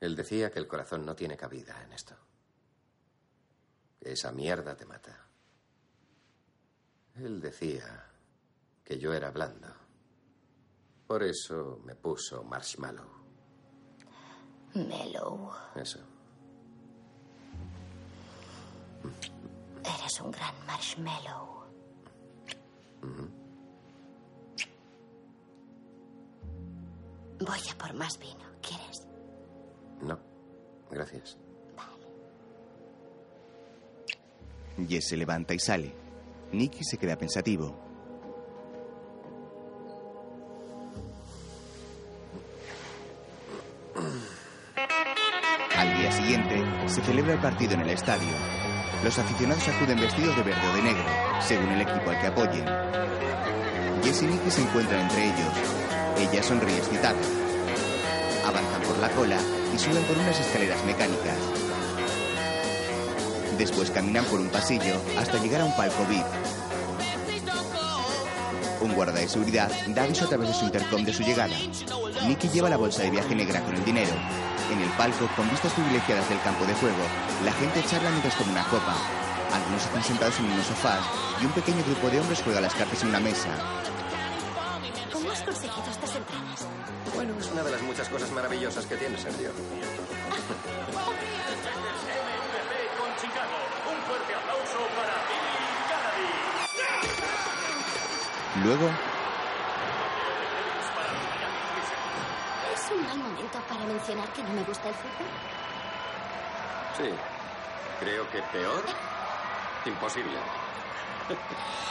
Speaker 4: Él decía que el corazón no tiene cabida en esto. Que esa mierda te mata. Él decía que yo era blando. Por eso me puso marshmallow.
Speaker 5: Mellow,
Speaker 4: Eso.
Speaker 5: eres un gran marshmallow. Voy a por más vino, ¿quieres?
Speaker 4: No. Gracias.
Speaker 1: Jess se levanta y sale. Nicky se queda pensativo. Al día siguiente, se celebra el partido en el estadio. Los aficionados acuden vestidos de verde o de negro, según el equipo al que apoyen. Jess y Nicky se encuentran entre ellos. Ella sonríe excitada. Avanzan por la cola y suben por unas escaleras mecánicas. Después caminan por un pasillo hasta llegar a un palco VIP. Un guarda de seguridad da aviso a través de su intercom de su llegada. Nicky lleva la bolsa de viaje negra con el dinero. En el palco, con vistas privilegiadas del campo de juego, la gente charla mientras toma una copa. Algunos están sentados en unos sofás y un pequeño grupo de hombres juega las cartas en una mesa.
Speaker 5: ¿Cómo has conseguido estas entradas?
Speaker 4: Bueno, es una de las muchas cosas maravillosas que tiene Sergio.
Speaker 3: con Chicago. Un fuerte aplauso para Billy Cannady.
Speaker 1: Luego,
Speaker 5: Es un mal momento para mencionar que no me gusta el fútbol.
Speaker 4: Sí. Creo que peor. Imposible.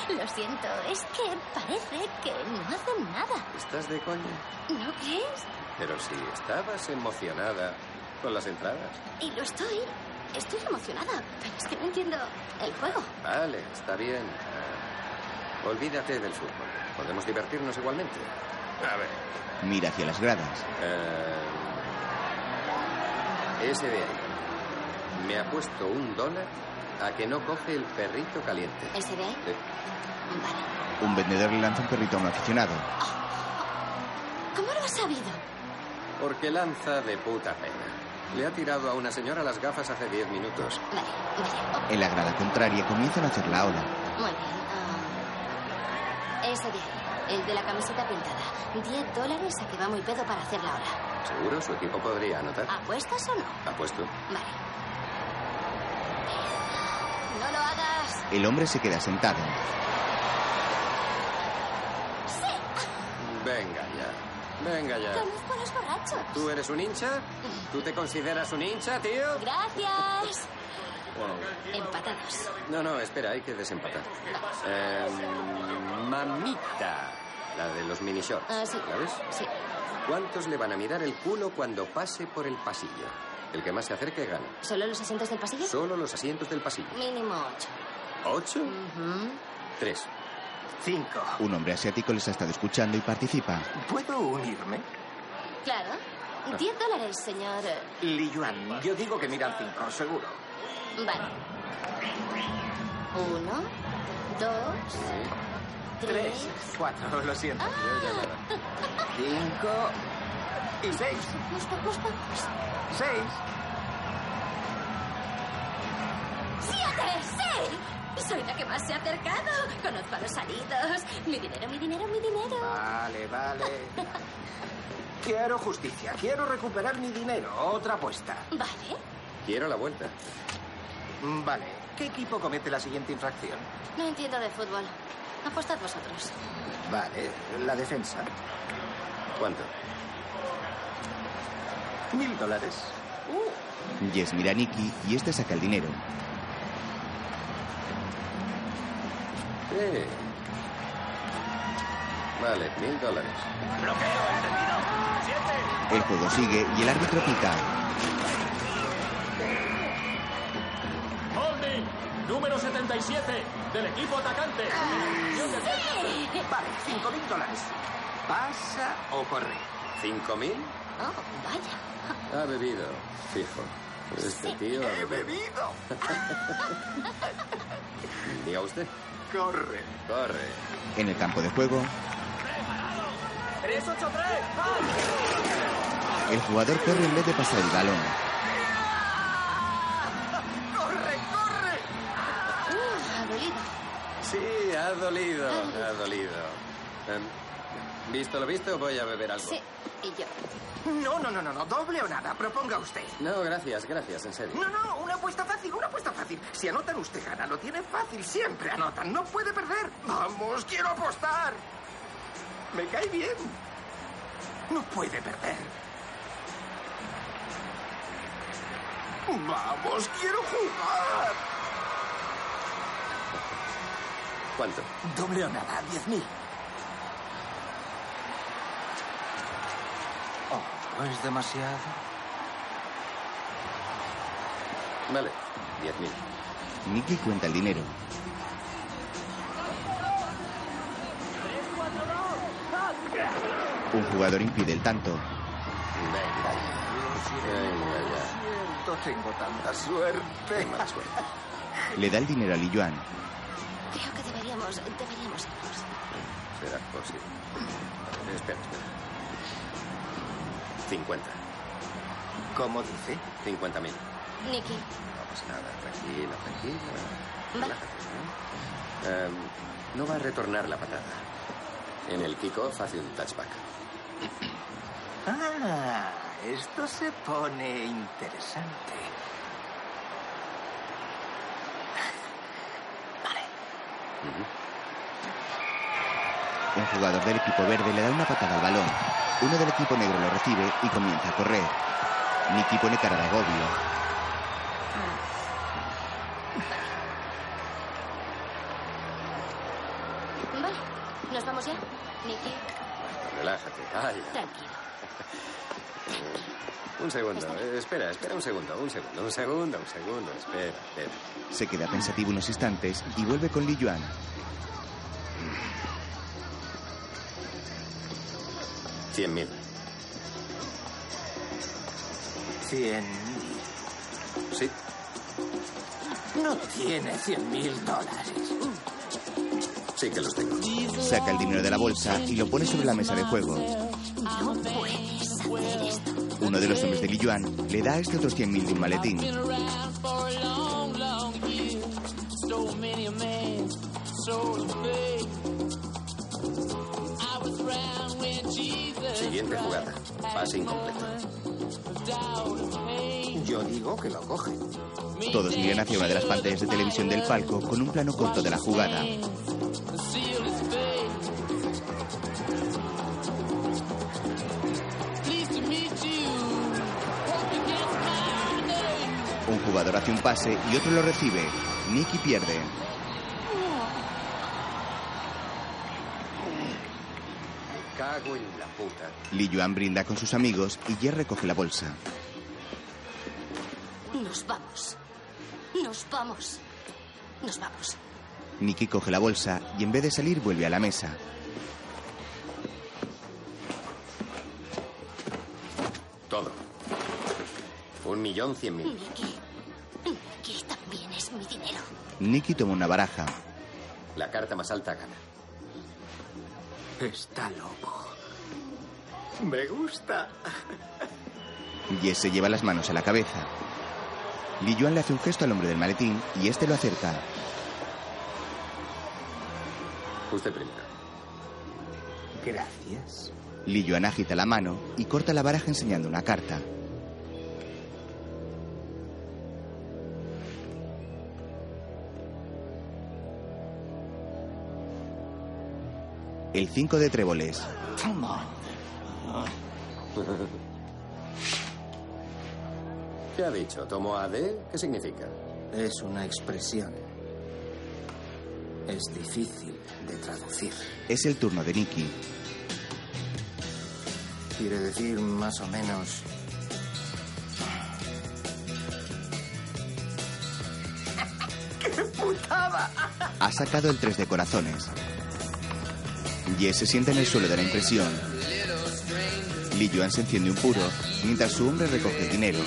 Speaker 5: Lo siento, es que parece que no hacen nada.
Speaker 4: ¿Estás de coña?
Speaker 5: ¿No crees?
Speaker 4: Pero si estabas emocionada con las entradas.
Speaker 5: Y lo estoy. Estoy emocionada, pero es que no entiendo el juego.
Speaker 4: Vale, está bien. Ah, Olvídate del fútbol. Podemos divertirnos igualmente. A ver.
Speaker 1: mira hacia las gradas.
Speaker 4: Eh, ese de ahí. Me ha puesto un dólar a que no coge el perrito caliente.
Speaker 5: ¿Ese de ahí?
Speaker 4: Eh,
Speaker 5: Vale.
Speaker 1: Un vendedor le lanza un perrito a un aficionado.
Speaker 5: ¿Cómo lo has sabido?
Speaker 4: Porque lanza de puta pena. Le ha tirado a una señora las gafas hace 10 minutos.
Speaker 5: Vale, vale.
Speaker 1: En la grada contraria comienzan a hacer la ola.
Speaker 5: Oh, muy bien. ah. ese de ahí, el de la camiseta pintada. Diez dólares a que va muy pedo para hacer la hora.
Speaker 4: Seguro su equipo podría anotar.
Speaker 5: ¿Apuestas o no?
Speaker 4: Apuesto.
Speaker 5: Vale. No lo hagas.
Speaker 1: El hombre se queda sentado.
Speaker 4: Venga ya. Venga ya.
Speaker 5: ah, Conozco a los borrachos.
Speaker 4: ¿Tú eres un hincha? ¿Tú te consideras un hincha, tío?
Speaker 5: Gracias. Empatados.
Speaker 4: No, no, espera, hay que desempatar. Eh, mamita, la de los mini shorts.
Speaker 5: Ah, sí.
Speaker 4: ¿La ves?
Speaker 5: Sí.
Speaker 4: ¿Cuántos le van a mirar el culo cuando pase por el pasillo? El que más se acerque gana.
Speaker 5: ¿Solo los asientos del pasillo?
Speaker 4: Solo los asientos del pasillo.
Speaker 5: Mínimo ocho.
Speaker 4: ¿Ocho?
Speaker 5: Ujú.
Speaker 4: Tres.
Speaker 3: Cinco.
Speaker 1: Un hombre asiático les ha estado escuchando y participa.
Speaker 3: ¿Puedo unirme?
Speaker 5: Claro. Diez dólares, señor.
Speaker 3: Li Yuan, yo digo que miran cinco, seguro.
Speaker 5: Vale. Uno, dos, tres.
Speaker 3: Tres. Cuatro, lo siento. Cinco. Y seis.
Speaker 5: Justo, justo.
Speaker 3: Seis.
Speaker 5: ¡Siete! ¡Sí! Soy la que más se ha acercado. Conozco a los salidos. Mi dinero, mi dinero, mi dinero.
Speaker 3: Vale, vale. Quiero justicia, quiero recuperar mi dinero. Otra apuesta.
Speaker 5: Vale.
Speaker 4: Quiero la vuelta. Mm,
Speaker 3: Vale. ¿Qué equipo comete la siguiente infracción?
Speaker 5: No entiendo de fútbol. Apostad vosotros.
Speaker 3: Vale, la defensa.
Speaker 4: ¿Cuánto?
Speaker 3: Mil dólares.
Speaker 1: Jess mira a Nicky y este saca el dinero.
Speaker 4: Eh. Vale, mil dólares.
Speaker 1: El juego sigue y el árbitro pita.
Speaker 9: Holding, número 77, del equipo atacante.
Speaker 3: Vale, cinco mil dólares. ¿Pasa o corre?
Speaker 4: ¿Cinco mil?
Speaker 5: Oh, vaya.
Speaker 4: Ha bebido, fijo. Este tío ha bebido.
Speaker 3: bebido!
Speaker 4: Diga usted.
Speaker 3: Corre.
Speaker 4: Corre.
Speaker 1: En el campo de juego, el jugador corre en vez de pasar el balón.
Speaker 3: ¡Corre, corre!
Speaker 5: Uh, ha dolido.
Speaker 4: Sí, ha dolido,
Speaker 3: Ah,
Speaker 4: ha dolido. Em, visto lo visto, voy a beber algo.
Speaker 5: Sí. Y yo.
Speaker 3: No, no, no, no, no, doble o nada. Proponga usted.
Speaker 4: No, gracias, gracias, en serio.
Speaker 3: No, no, una apuesta fácil, una apuesta fácil. Si anotan, usted gana. Lo tiene fácil, siempre anotan. No puede perder. Vamos, quiero apostar. Me cae bien. No puede perder. Vamos, quiero jugar.
Speaker 4: ¿Cuánto?
Speaker 3: Doble o nada, 10.000. Oh, es demasiado.
Speaker 4: Vale, diez mil.
Speaker 1: Nicky cuenta el dinero. Un jugador impide el tanto.
Speaker 4: Venga ya. Venga ya.
Speaker 3: No tengo tanta suerte.
Speaker 4: Qué mala suerte.
Speaker 1: Le da el dinero a Li Yuan.
Speaker 5: Creo que deberíamos. Deberíamos irnos.
Speaker 4: Será posible. Espera, espera. 50.
Speaker 3: ¿Cómo dice?
Speaker 4: 50 mil.
Speaker 5: Nicky,
Speaker 4: No pasa nada, tranquila, tranquila.
Speaker 5: Va.
Speaker 4: Relájate, ¿no? Em, no va a retornar la patada. En el kickoff hace un touchback.
Speaker 3: Ah, esto se pone interesante.
Speaker 1: Un jugador del equipo verde le da una patada al balón. Uno del equipo negro lo recibe y comienza a correr. Nicky pone cara de agobio.
Speaker 5: vale. ¿Nos vamos ya? Nicky,
Speaker 4: Relájate, vaya.
Speaker 5: tranquilo.
Speaker 4: Un segundo, eh, espera, espera un segundo, un segundo, un segundo, un segundo, espera, espera.
Speaker 1: Se queda pensativo unos instantes y vuelve con Li Yuan.
Speaker 4: Cien mil.
Speaker 3: Cien.
Speaker 4: Sí,
Speaker 3: No tiene cien mil dólares.
Speaker 4: sí que los tengo.
Speaker 1: Saca el dinero de la bolsa y lo pone sobre la mesa de juego.
Speaker 5: No puedes hacer esto.
Speaker 1: Uno de los hombres de Li Yuan le da a este otros 100.000 de un maletín.
Speaker 4: Siguiente jugada. Pase incompleto.
Speaker 3: Yo digo que lo coge.
Speaker 1: Todos miran hacia una de las pantallas de televisión del palco con un plano corto de la jugada. Un jugador hace un pase y otro lo recibe. Nicky pierde.
Speaker 5: Oh.
Speaker 4: Me cago en la puta.
Speaker 1: Li Yuan brinda con sus amigos y Jer recoge la bolsa.
Speaker 5: Nos vamos. Nos vamos. Nos vamos.
Speaker 1: Nicky coge la bolsa y en vez de salir vuelve a la mesa.
Speaker 4: Todo. Un millón cien mil.
Speaker 5: Nicky. Nicky también es mi dinero.
Speaker 1: Nicky toma una baraja.
Speaker 4: La carta más alta gana.
Speaker 3: Está loco. Me gusta.
Speaker 1: Jess se lleva las manos a la cabeza. Li Yuan le hace un gesto al hombre del maletín y este lo acerca.
Speaker 4: Usted primero.
Speaker 3: Gracias.
Speaker 1: Li Yuan agita la mano y corta la baraja enseñando una carta. El 5 de tréboles.
Speaker 4: ¿Qué ha dicho? ¿Tomo AD? ¿Qué significa?
Speaker 3: Es una expresión. Es difícil de traducir.
Speaker 1: Es el turno de Nicky.
Speaker 3: Quiere decir más o menos... ¡Qué putada!
Speaker 1: Ha sacado el 3 de corazones. Jess se sienta en el suelo de la impresión. Li Yuan se enciende un puro mientras su hombre recoge el dinero.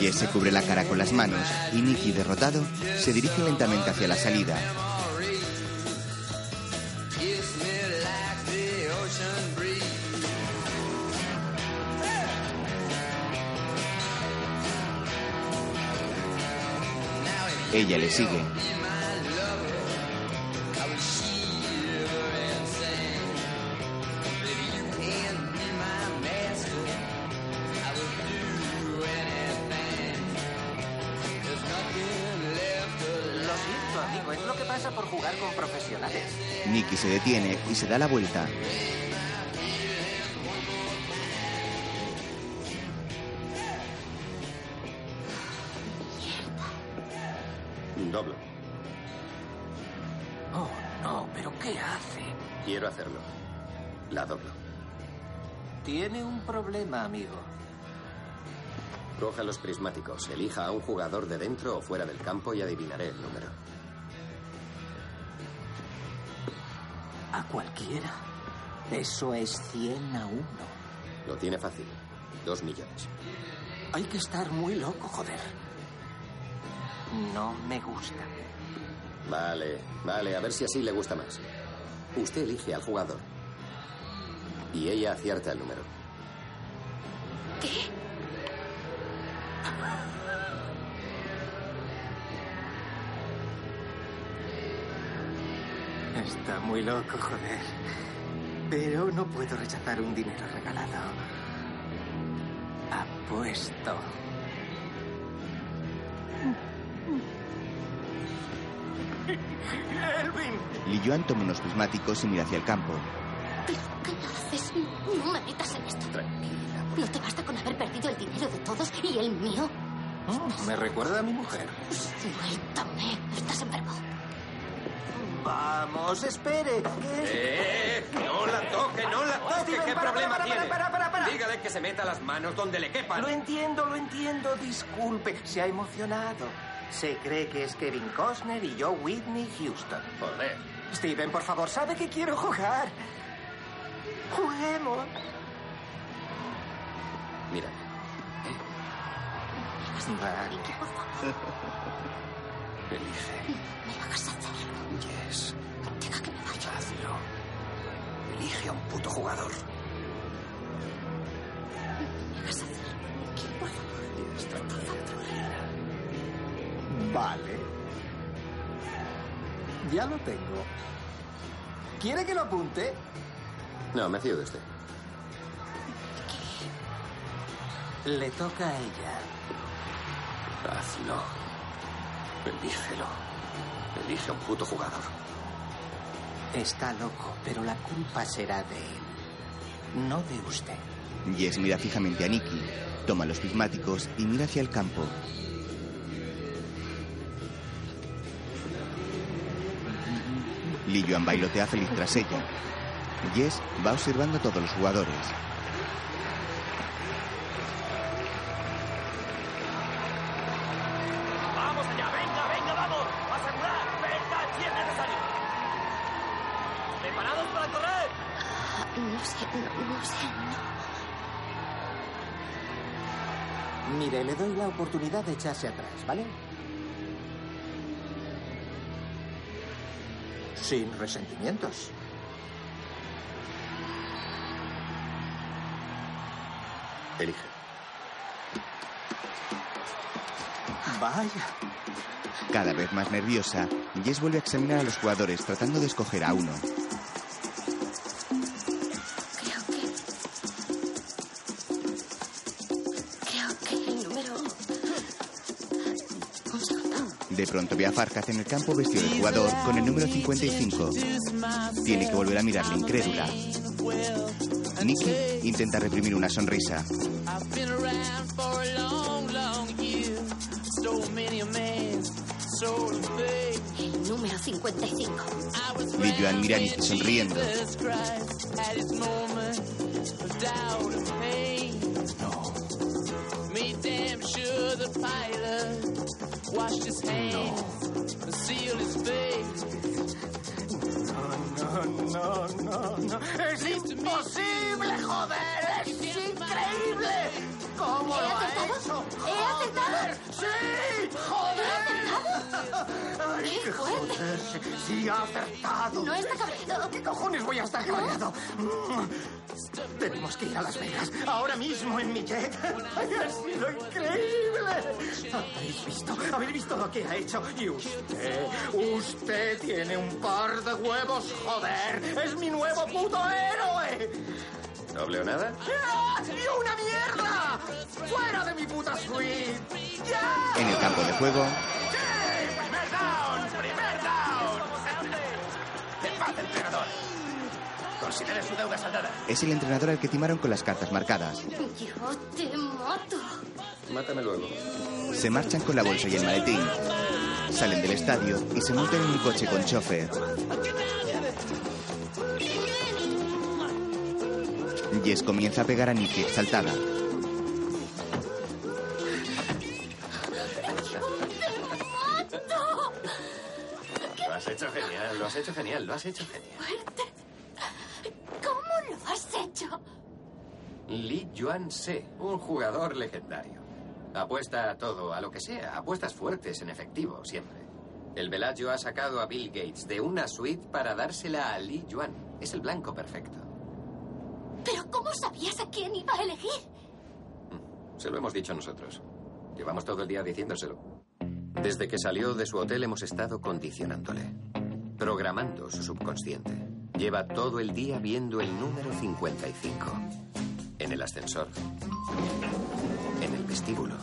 Speaker 1: Jess se cubre la cara con las manos y Nicky, derrotado, se dirige lentamente hacia la salida. Ella le sigue.
Speaker 3: Lo siento, amigo. Es lo que pasa por jugar con profesionales.
Speaker 1: Nicky se detiene y se da la vuelta.
Speaker 4: Doblo.
Speaker 3: Oh, no. ¿Pero qué hace?
Speaker 4: Quiero hacerlo. La doblo.
Speaker 3: Tiene un problema, amigo.
Speaker 4: Coja los prismáticos, elija a un jugador de dentro o fuera del campo y adivinaré el número.
Speaker 3: A cualquiera. Eso es 100 a 1.
Speaker 4: Lo tiene fácil. Dos millones.
Speaker 3: Hay que estar muy loco, joder. No me gusta.
Speaker 4: Vale, vale, a ver si así le gusta más. Usted elige al jugador. Y ella acierta el número.
Speaker 3: Está muy loco, joder. Pero no puedo rechazar un dinero regalado. Apuesto. ¡Elvin!
Speaker 1: Li Yuan toma unos prismáticos y mira hacia el campo.
Speaker 5: ¿Pero qué haces? No me metas en esto.
Speaker 4: Tranquila.
Speaker 5: ¿No te basta con haber perdido el dinero de todos y el mío?
Speaker 3: Oh, me recuerda a mi mujer.
Speaker 5: Suéltame. Estás enfermo.
Speaker 3: Vamos, espere.
Speaker 7: ¡Eh! ¡No la toque, no la toque!
Speaker 3: Steven,
Speaker 7: ¿Qué
Speaker 3: para,
Speaker 7: problema
Speaker 3: para, para,
Speaker 7: tiene?
Speaker 3: para, para, para.
Speaker 7: Dígale que se meta las manos donde le quepan.
Speaker 3: Lo entiendo, lo entiendo. Disculpe, se ha emocionado. Se cree que es Kevin Costner y yo Whitney Houston.
Speaker 4: Joder.
Speaker 3: Steven, por favor, sabe que quiero jugar. Juguemos.
Speaker 4: Mira,
Speaker 3: Vale.
Speaker 4: elige.
Speaker 5: Me hagas hacerlo.
Speaker 4: Yes.
Speaker 5: Deja que me vaya.
Speaker 4: Hazlo. Elige a un puto jugador.
Speaker 5: Me hagas hacerlo. Nicky, por favor.
Speaker 4: Yes, tranquila, tranquila.
Speaker 3: Vale.
Speaker 10: Ya lo tengo. ¿Quiere que lo apunte?
Speaker 4: No, me fío de este. usted.
Speaker 10: Le toca a ella.
Speaker 4: Hazlo. Elígelo. Elige a un puto jugador.
Speaker 10: Está loco, pero la culpa será de él, no de usted.
Speaker 1: Jess mira fijamente a Nicky, toma los prismáticos y mira hacia el campo. Lee Joan bailotea feliz tras ella. Jess va observando a todos los jugadores.
Speaker 9: ¡Vamos allá! ¡Venga, venga, vamos! ¡Asegurar! ¡Venga, si es necesario! ¡Preparados para correr!
Speaker 5: Ah, No sé, no, no sé.
Speaker 10: Mire, le doy la oportunidad de echarse atrás, ¿vale? Sin resentimientos.
Speaker 4: Elige.
Speaker 10: Vaya.
Speaker 1: Cada vez más nerviosa, Jess vuelve a examinar a los jugadores tratando de escoger a uno.
Speaker 5: Creo que. Creo que el número. Un segundo.
Speaker 1: De pronto ve a Farkas en el campo vestido de jugador con el número 55. Tiene que volver a mirarle incrédula. Nicky intenta reprimir una sonrisa.
Speaker 11: I've been around for a long, long year. Stole many a man, sold him faith.
Speaker 5: El número 55.
Speaker 11: I was
Speaker 1: Lee Joan mira a
Speaker 11: found
Speaker 1: Nicky
Speaker 11: in
Speaker 1: sonriendo.
Speaker 11: Jesus Christ at his moment of doubt and pain. Me damn sure the pilot washed his hands and sealed his face.
Speaker 3: No, no, no, no. ¡Es imposible, joder! ¡Es increíble! ¿Cómo
Speaker 5: ¿He
Speaker 3: lo ha
Speaker 5: acertado?
Speaker 3: hecho?
Speaker 5: ¿He acertado?
Speaker 3: ¡Sí! ¡Joder! ¡Ay,
Speaker 5: ¡Qué fuerte!
Speaker 3: joder! ¡Sí ha acertado!
Speaker 5: No está cabreado.
Speaker 3: ¿Qué cojones voy a estar cabreado? Mm. Tenemos que ir a Las Vegas, ahora mismo en mi jet. Ay, ¡Ha sido increíble! ¿Habéis visto? ¿Habéis visto lo que ha hecho? Y usted, usted tiene un par de huevos, joder. ¡Es mi nuevo puto héroe!
Speaker 4: ¿No obleo nada?
Speaker 3: ¡Ah! ¡Y una mierda! ¡Fuera de mi puta suite! ¡Ya!
Speaker 1: En el campo de juego,
Speaker 3: ¡Primer down! ¡Primer down! ¡En paz, entrenador! Considere su deuda saldada.
Speaker 1: es el entrenador al que timaron con las cartas marcadas.
Speaker 5: Yo te mato.
Speaker 4: Mátame luego.
Speaker 1: Se marchan con la bolsa y el maletín. Salen del estadio y se montan en un coche con chofer. Jess comienza a pegar a Nicky exaltada.
Speaker 4: Lo has hecho genial, lo has hecho genial, lo has hecho genial.
Speaker 5: ¿Cómo lo has hecho?
Speaker 4: Li Yuan Se, un jugador legendario. Apuesta a todo, a lo que sea. Apuestas fuertes en efectivo, siempre. El Velayo ha sacado a Bill Gates de una suite para dársela a Li Yuan. Es el blanco perfecto.
Speaker 5: ¿Pero cómo sabías a quién iba a elegir?
Speaker 4: Se lo hemos dicho nosotros. Llevamos todo el día diciéndoselo. Desde que salió de su hotel hemos estado condicionándole, programando su subconsciente. Lleva todo el día viendo el número 55. En el ascensor. En el vestíbulo.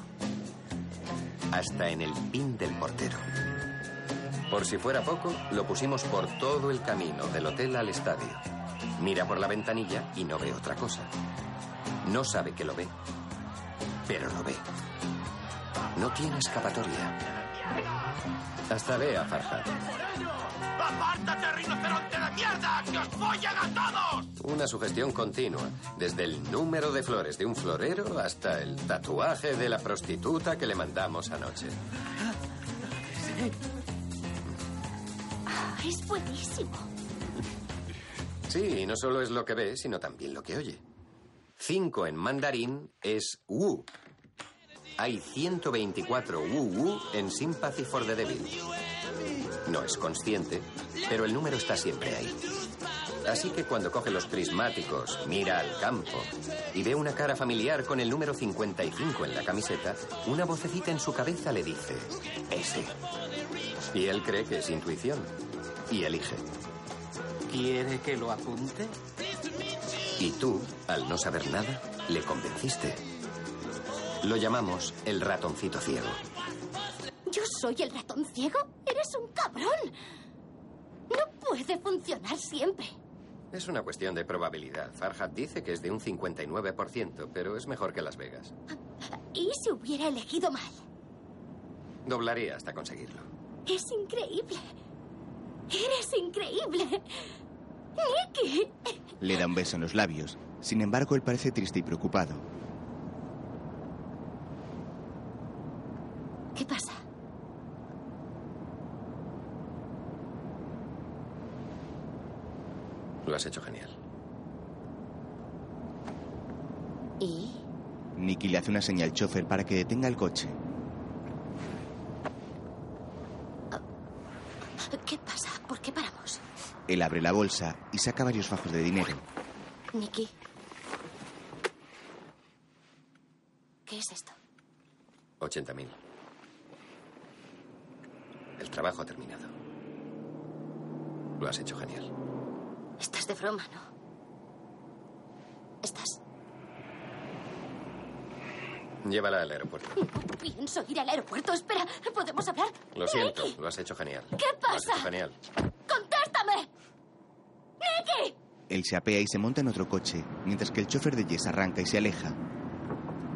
Speaker 4: Hasta en el pin del portero. Por si fuera poco, lo pusimos por todo el camino, del hotel al estadio. Mira por la ventanilla y no ve otra cosa. No sabe que lo ve, pero lo ve. No tiene escapatoria. Hasta ve a Farhad.
Speaker 7: ¡Apártate, rinoceronte de mierda! ¡Que os follan a todos!
Speaker 4: Una sugestión continua, desde el número de flores de un florero hasta el tatuaje de la prostituta que le mandamos anoche.
Speaker 5: Ah, es buenísimo.
Speaker 4: Sí, y no solo es lo que ve, sino también lo que oye. Cinco en mandarín es Wu. Hay 124 Wu Wu en Sympathy for the Devil. No es consciente, pero el número está siempre ahí. Así que cuando coge los prismáticos, mira al campo y ve una cara familiar con el número 55 en la camiseta, una vocecita en su cabeza le dice, ese. Y él cree que es intuición. y elige.
Speaker 12: ¿Quiere que lo apunte?
Speaker 4: Y tú, al no saber nada, le convenciste. Lo llamamos el ratoncito ciego.
Speaker 5: ¿Yo soy el ratón ciego? ¡Eres un cabrón! No puede funcionar siempre.
Speaker 4: Es una cuestión de probabilidad. Farhad dice que es de un 59%, pero es mejor que Las Vegas.
Speaker 5: ¿Y si hubiera elegido mal?
Speaker 4: Doblaría hasta conseguirlo.
Speaker 5: Es increíble. Eres increíble. Nicky.
Speaker 1: Le da un beso en los labios. Sin embargo, él parece triste y preocupado.
Speaker 5: ¿Qué pasa?
Speaker 4: Lo has hecho genial.
Speaker 5: ¿Y?
Speaker 1: Nicky le hace una señal al chofer para que detenga el coche.
Speaker 5: ¿Qué pasa? ¿Por qué paramos?
Speaker 1: Él abre la bolsa y saca varios fajos de dinero.
Speaker 5: Nicky. ¿Qué es esto?
Speaker 4: 80.000. El trabajo ha terminado. Lo has hecho genial.
Speaker 5: Estás de broma, ¿no? Estás.
Speaker 4: Llévala al aeropuerto.
Speaker 5: No pienso ir al aeropuerto. Espera, ¿podemos hablar?
Speaker 4: Lo siento, lo has hecho genial.
Speaker 5: ¿Qué
Speaker 4: Lo has
Speaker 5: pasa?
Speaker 4: hecho genial.
Speaker 5: ¡Contéstame! ¡Nicky!
Speaker 1: Él se apea y se monta en otro coche, mientras que el chofer de Jess arranca y se aleja.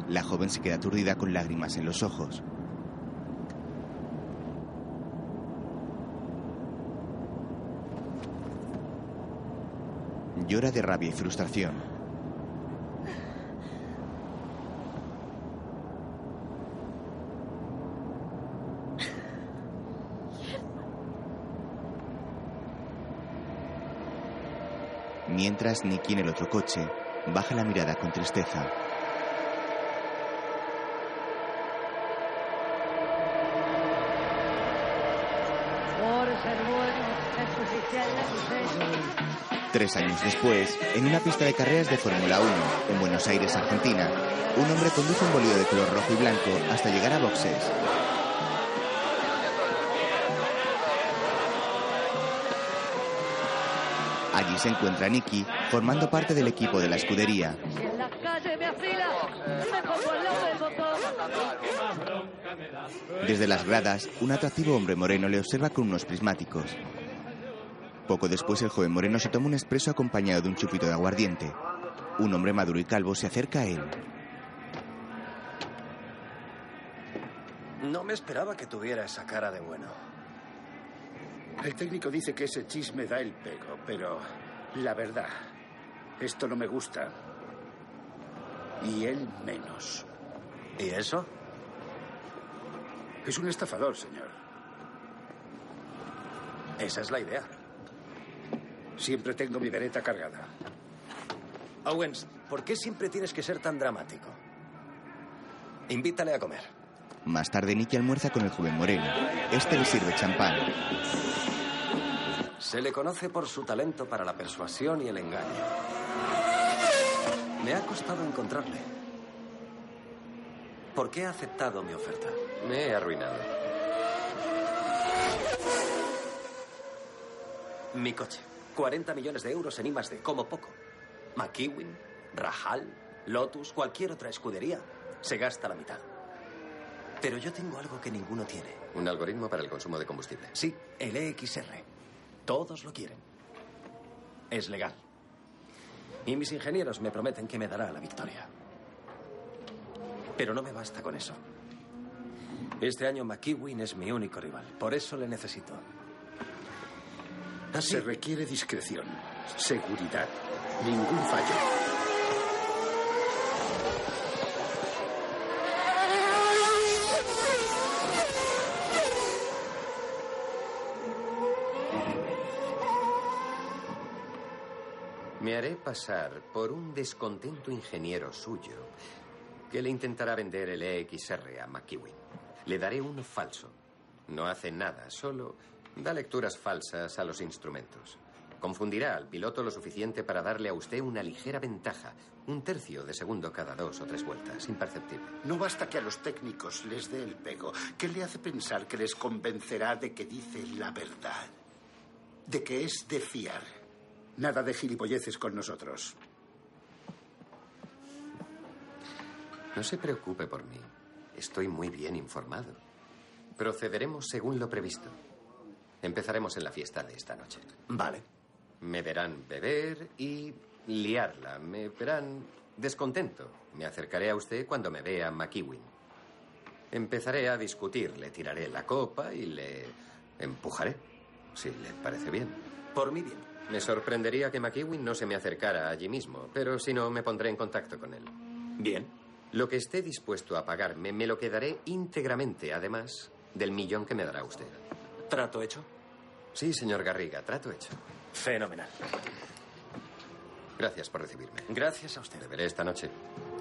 Speaker 1: La joven se queda aturdida con lágrimas en los ojos. Llora de rabia y frustración. Mientras Nicky en el otro coche baja la mirada con tristeza.
Speaker 11: Por ser bueno, es oficial la suceso.
Speaker 1: Tres años después, en una pista de carreras de Fórmula 1, en Buenos Aires, Argentina, un hombre conduce un bolido de color rojo y blanco hasta llegar a boxes. Allí se encuentra Nicky, formando parte del equipo de la escudería.
Speaker 11: Si en las calles me afila, me pongo al lado del botón.
Speaker 1: Desde las gradas, un atractivo hombre moreno le observa con unos prismáticos. Poco después, el joven moreno se toma un expreso acompañado de un chupito de aguardiente. Un hombre maduro y calvo se acerca a él.
Speaker 6: No me esperaba que tuviera esa cara de bueno.
Speaker 3: El técnico dice que ese chisme da el pego, pero la verdad, esto no me gusta. Y él menos.
Speaker 6: ¿Y eso?
Speaker 3: Es un estafador, señor.
Speaker 6: Esa es la idea.
Speaker 3: Siempre tengo mi vereta cargada.
Speaker 6: Owens, ¿por qué siempre tienes que ser tan dramático? Invítale a comer.
Speaker 1: Más tarde, Nicky almuerza con el joven moreno. Este le sirve champán.
Speaker 6: Se le conoce por su talento para la persuasión y el engaño. Me ha costado encontrarle. ¿Por qué ha aceptado mi oferta?
Speaker 4: Me he arruinado.
Speaker 6: Mi coche. 40 millones de euros en I de como poco. McEwen, Rajal, Lotus, cualquier otra escudería, se gasta la mitad. Pero yo tengo algo que ninguno tiene.
Speaker 4: Un algoritmo para el consumo de combustible.
Speaker 6: Sí, el EXR. Todos lo quieren. Es legal. Y mis ingenieros me prometen que me dará la victoria. Pero no me basta con eso. Este año McEwen es mi único rival. Por eso le necesito.
Speaker 3: Se requiere discreción, seguridad, ningún fallo.
Speaker 4: Me haré pasar por un descontento ingeniero suyo que le intentará vender el EXR a McEwen. Le daré uno falso. No hace nada, solo da lecturas falsas a los instrumentos. Confundirá al piloto lo suficiente para darle a usted una ligera ventaja, un tercio de segundo cada dos o tres vueltas, imperceptible.
Speaker 3: No basta que a los técnicos les dé el pego. ¿Qué le hace pensar que les convencerá de que dice la verdad?
Speaker 13: de que es de fiar. Nada de gilipolleces con nosotros.
Speaker 4: No se preocupe por mí. Estoy muy bien informado. Procederemos según lo previsto. Empezaremos en la fiesta de esta noche.
Speaker 14: Vale.
Speaker 4: Me verán beber y liarla. Me verán descontento. Me acercaré a usted cuando me vea McEwen. Empezaré a discutir. Le tiraré la copa y le empujaré. Si le parece bien.
Speaker 14: Por mí bien.
Speaker 4: Me sorprendería que McEwen no se me acercara allí mismo, pero si no, me pondré en contacto con él.
Speaker 14: Bien.
Speaker 4: Lo que esté dispuesto a pagarme me lo quedaré íntegramente, además del millón que me dará usted.
Speaker 14: ¿Trato hecho?
Speaker 4: Sí, señor Garriga, trato hecho.
Speaker 14: Fenomenal.
Speaker 4: Gracias por recibirme.
Speaker 14: Gracias a usted.
Speaker 4: Te veré esta noche.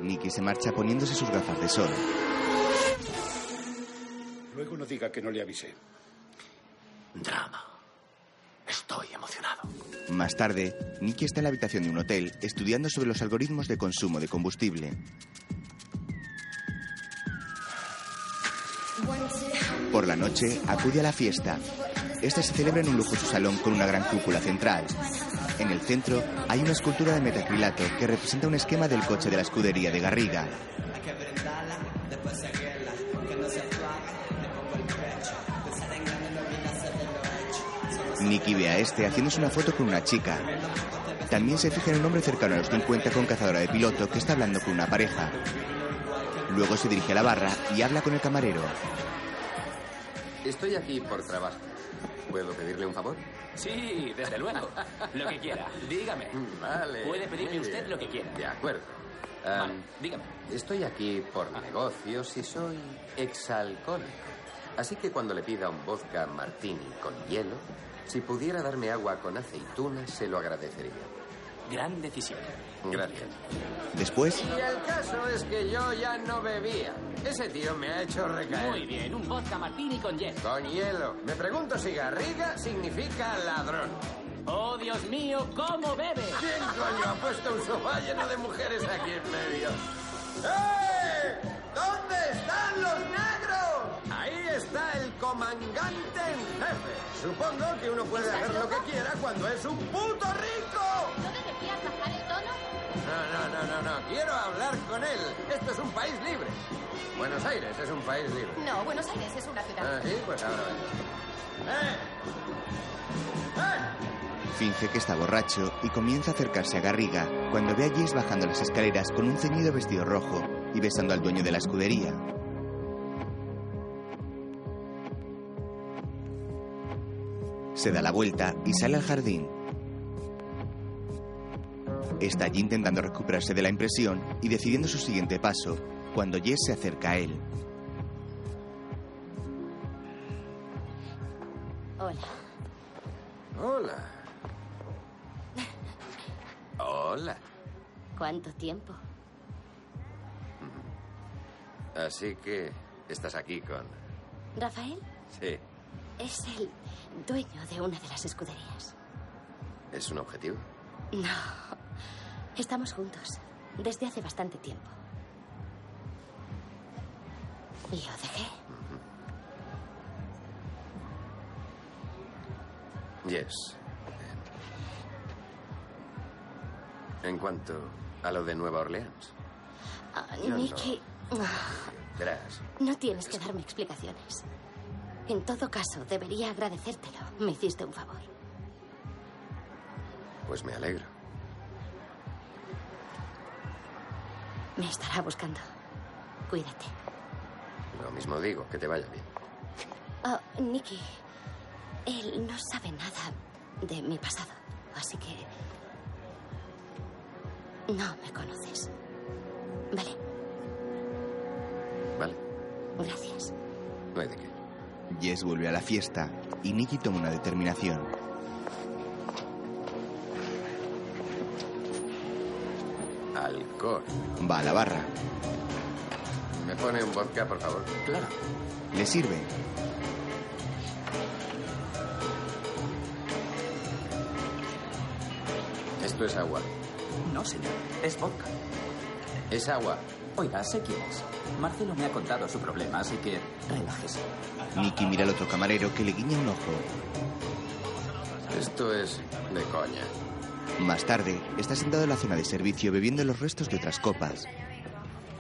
Speaker 1: Nicky se marcha poniéndose sus gafas de sol.
Speaker 13: Luego no diga que no le avisé.
Speaker 3: Drama. Estoy emocionado.
Speaker 1: Más tarde, Nicky está en la habitación de un hotel estudiando sobre los algoritmos de consumo de combustible. Por la noche, acude a la fiesta. Esta se celebra en un lujoso salón con una gran cúpula central. En el centro hay una escultura de metacrilato que representa un esquema del coche de la escudería de Garriga. Nicky ve a este haciéndose una foto con una chica. También se fija en un hombre cercano a los 50 con cazadora de piloto que está hablando con una pareja. Luego se dirige a la barra y habla con el camarero.
Speaker 4: Estoy aquí por trabajo. ¿Puedo pedirle un favor?
Speaker 15: Sí, desde luego. Lo que quiera. Dígame.
Speaker 4: Vale.
Speaker 15: Puede pedirme
Speaker 4: muy
Speaker 15: usted
Speaker 4: bien.
Speaker 15: lo que quiera.
Speaker 4: De acuerdo. Ah,
Speaker 15: Vale,
Speaker 6: Mm.
Speaker 15: dígame.
Speaker 4: Estoy aquí por negocios y soy exalcohólico. Así que cuando le pida un vodka martini con hielo, si pudiera darme agua con aceituna, se lo agradecería.
Speaker 15: Gran decisión.
Speaker 4: Gracias.
Speaker 1: Después,
Speaker 7: Y el caso es que yo ya no bebía. Ese tío me ha hecho recaer.
Speaker 15: Muy bien, un vodka martini con hielo.
Speaker 7: Con hielo. Me pregunto si Garriga significa ladrón.
Speaker 15: Oh, Dios mío, ¿cómo bebe?
Speaker 7: ¿Quién coño ha puesto un sofá lleno de mujeres aquí en medio? ¡Eh! ¿Dónde están los negros? Ahí está el comandante en jefe. Supongo que uno puede hacer lo que quiera cuando es un puto rico.
Speaker 16: ¿No deberías bajar el tono?
Speaker 7: No, no, no, no, no. Quiero hablar con él. Esto es un país libre. Buenos Aires es un país libre.
Speaker 16: No, Buenos Aires es una ciudad.
Speaker 7: Ah, sí, pues ahora vengo. ¡Eh!
Speaker 4: ¡Eh!
Speaker 1: finge que está borracho y comienza a acercarse a Garriga cuando ve a Jess bajando las escaleras con un ceñido vestido rojo y besando al dueño de la escudería. Se da la vuelta y sale al jardín. Está allí intentando recuperarse de la impresión y decidiendo su siguiente paso cuando Jess se acerca a él.
Speaker 5: Hola.
Speaker 4: Hola. Hola.
Speaker 5: ¿Cuánto tiempo?
Speaker 4: Así que estás aquí con...
Speaker 5: Rafael
Speaker 4: Sí.
Speaker 5: es el dueño de una de las escuderías.
Speaker 4: ¿Es un objetivo?
Speaker 5: No. Estamos juntos desde hace bastante tiempo. Lo dejé.
Speaker 4: Yes. En cuanto a lo de Nueva Orleans,
Speaker 5: Ah,
Speaker 4: No, no.
Speaker 5: Nicky,
Speaker 4: verás.
Speaker 5: no tienes que darme explicaciones. En todo caso, debería agradecértelo. Me hiciste un favor.
Speaker 4: Pues me alegro.
Speaker 5: Me estará buscando. Cuídate.
Speaker 4: Lo mismo digo, que te vaya bien.
Speaker 5: Ah, Nicky, él no sabe nada de mi pasado, así que no me conoces. Vale,
Speaker 4: Vale,
Speaker 5: gracias.
Speaker 4: no hay de qué.
Speaker 1: Jess vuelve a la fiesta y Nicky toma una determinación.
Speaker 4: Alcohol.
Speaker 1: Va a la barra,
Speaker 4: ¿Me pone un vodka, por favor? Claro.
Speaker 1: le sirve,
Speaker 4: Esto es agua.
Speaker 15: No, señor. Es vodka.
Speaker 4: Es agua.
Speaker 15: Oiga, sé quién es. Marcelo me ha contado su problema, así que relájese.
Speaker 1: Nicky mira al otro camarero que le guiña un ojo.
Speaker 4: Esto es de coña.
Speaker 1: Más tarde, está sentado en la zona de servicio bebiendo los restos de otras copas.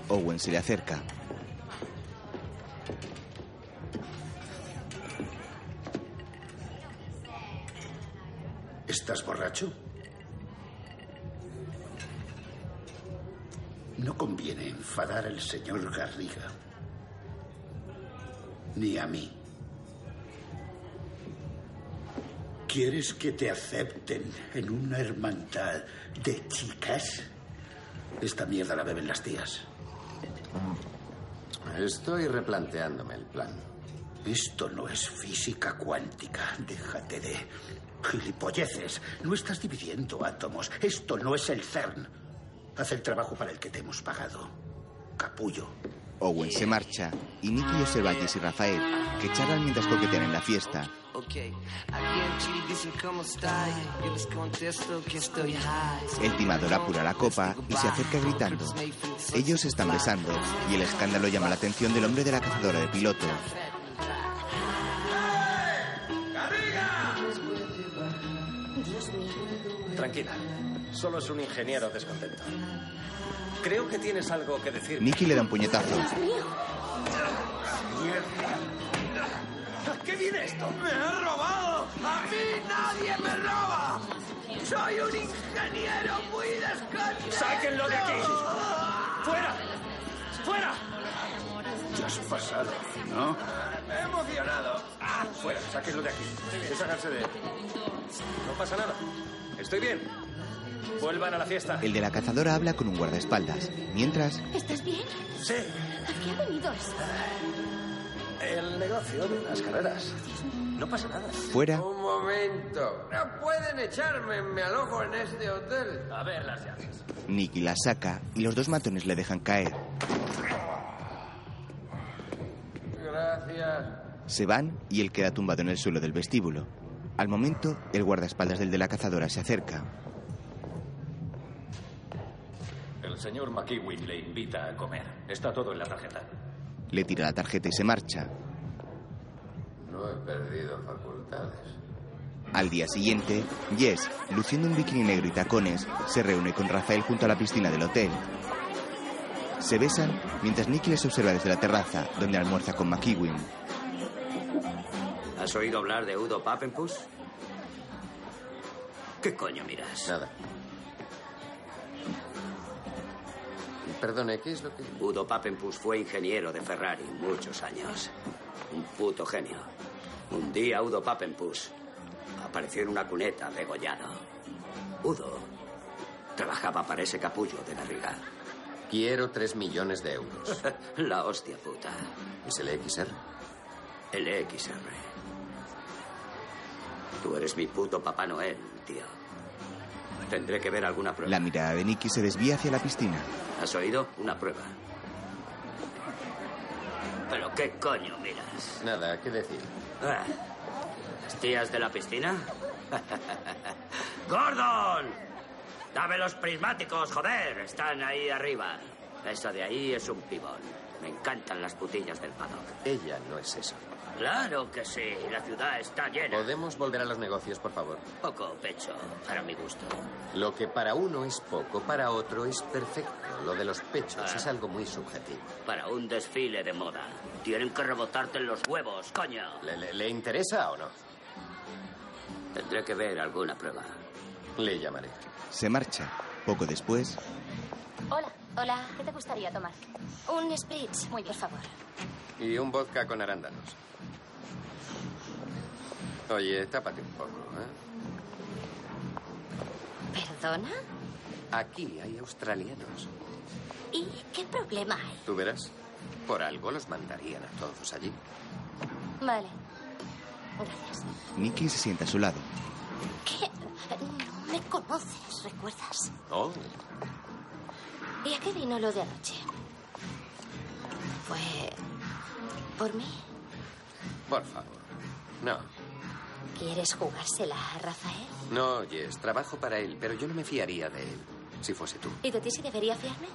Speaker 1: Owen se le acerca.
Speaker 3: ¿Estás borracho? No conviene enfadar al señor Garriga. Ni a mí. ¿Quieres que te acepten en una hermandad de chicas? Esta mierda la beben las tías.
Speaker 4: Estoy replanteándome el plan.
Speaker 3: Esto no es física cuántica. Déjate de gilipolleces. No estás dividiendo átomos. Esto no es el CERN. Haz el trabajo para el que te hemos pagado. Capullo.
Speaker 1: Owen se marcha y Nicky Osevalles y Rafael, que charlan mientras coquetean en la fiesta,
Speaker 11: Ok, aquí en Chile dicen cómo está y yo les contesto que estoy high.
Speaker 1: El timador apura la copa y se acerca gritando. Ellos se están besando y el escándalo llama la atención del hombre de la cazadora de pilotos.
Speaker 17: Tranquila. Solo es un ingeniero descontento. Creo que tienes algo que decir.
Speaker 1: Nicky le da un puñetazo.
Speaker 18: ¿A qué viene esto? ¡Me ha robado! ¡A mí nadie me roba! ¡Soy un ingeniero muy descontento!
Speaker 17: ¡Sáquenlo de aquí! ¡Fuera! ¡Fuera!
Speaker 3: Te Oh. has pasado, ¿no?
Speaker 18: Me he emocionado.
Speaker 17: Ah, fuera, sáquenlo de aquí. Desháganse de él. No pasa nada. Estoy bien. Vuelvan a la fiesta.
Speaker 1: El de la cazadora habla con un guardaespaldas, mientras
Speaker 19: ¿Estás bien?
Speaker 17: Sí.
Speaker 19: ¿A qué ha venido eso?
Speaker 17: El negocio de las carreras. No pasa nada.
Speaker 1: Fuera.
Speaker 18: Un momento. No pueden echarme. Me alojo en este hotel. A ver las llaves.
Speaker 1: Nicky la saca y los dos matones le dejan caer.
Speaker 18: Gracias.
Speaker 1: Se van y él queda tumbado en el suelo del vestíbulo. Al momento, el guardaespaldas del de la cazadora se acerca.
Speaker 17: El señor McEwen le invita a comer. Está todo en la tarjeta.
Speaker 1: Le tira la tarjeta y se marcha.
Speaker 4: No he perdido facultades.
Speaker 1: Al día siguiente, Jess, luciendo un bikini negro y tacones, se reúne con Rafael junto a la piscina del hotel. Se besan mientras Nicky les observa desde la terraza, donde almuerza con McEwen.
Speaker 6: ¿Has oído hablar de Udo Papenfuss? ¿Qué coño miras?
Speaker 4: Nada. Perdone, ¿qué es lo que...?
Speaker 6: Udo Papenfuss fue ingeniero de Ferrari muchos años. Un puto genio. Un día Udo Papenfuss apareció en una cuneta degollado. Udo trabajaba para ese capullo de Garriga.
Speaker 4: Quiero tres millones de euros.
Speaker 6: La hostia puta.
Speaker 4: ¿Es el XR?
Speaker 6: El EXR. Tú eres mi puto Papá Noel, tío. Tendré que ver alguna prueba.
Speaker 1: La mirada de Nicky se desvía hacia la piscina.
Speaker 6: ¿Has oído? Una prueba. ¿Pero qué coño miras?
Speaker 4: Nada, ¿qué decir?
Speaker 6: Ah, ¿Las tías de la piscina? ¡Gordon! ¡Dame los prismáticos, joder! Están ahí arriba. Esa de ahí es un pibón. Me encantan las putillas del paddock.
Speaker 4: Ella no es eso.
Speaker 6: Claro que sí, la ciudad está llena.
Speaker 4: ¿Podemos volver a los negocios, por favor?
Speaker 6: Poco pecho, para mi gusto.
Speaker 4: Lo que para uno es poco, para otro es perfecto. Lo de los pechos
Speaker 6: Ah.
Speaker 4: es algo muy subjetivo.
Speaker 6: Para un desfile de moda. Tienen que rebotarte en los huevos, coño.
Speaker 4: ¿Le, le- le interesa o no?
Speaker 6: Tendré que ver alguna prueba.
Speaker 4: Le llamaré.
Speaker 1: Se marcha. Poco después,
Speaker 5: Hola, hola, ¿qué te gustaría tomar? Un spritz, muy por favor.
Speaker 4: Y un vodka con arándanos. Oye, tápate un poco, ¿eh?
Speaker 5: ¿Perdona?
Speaker 4: Aquí hay australianos.
Speaker 5: ¿Y qué problema hay?
Speaker 4: Tú verás. Por algo los mandarían a todos allí.
Speaker 5: Vale. Gracias.
Speaker 1: Nicky se sienta a su lado.
Speaker 5: ¿Qué? No me conoces, ¿recuerdas?
Speaker 4: Oh,
Speaker 5: ¿Y a qué vino lo de anoche? Fue... Pues, ¿Por mí?
Speaker 4: por favor. No,
Speaker 5: ¿Quieres jugársela a Rafael?
Speaker 4: no oyes. Trabajo para él, pero yo no me fiaría de él. Si fuese tú.
Speaker 5: ¿Y de ti sí debería fiarme?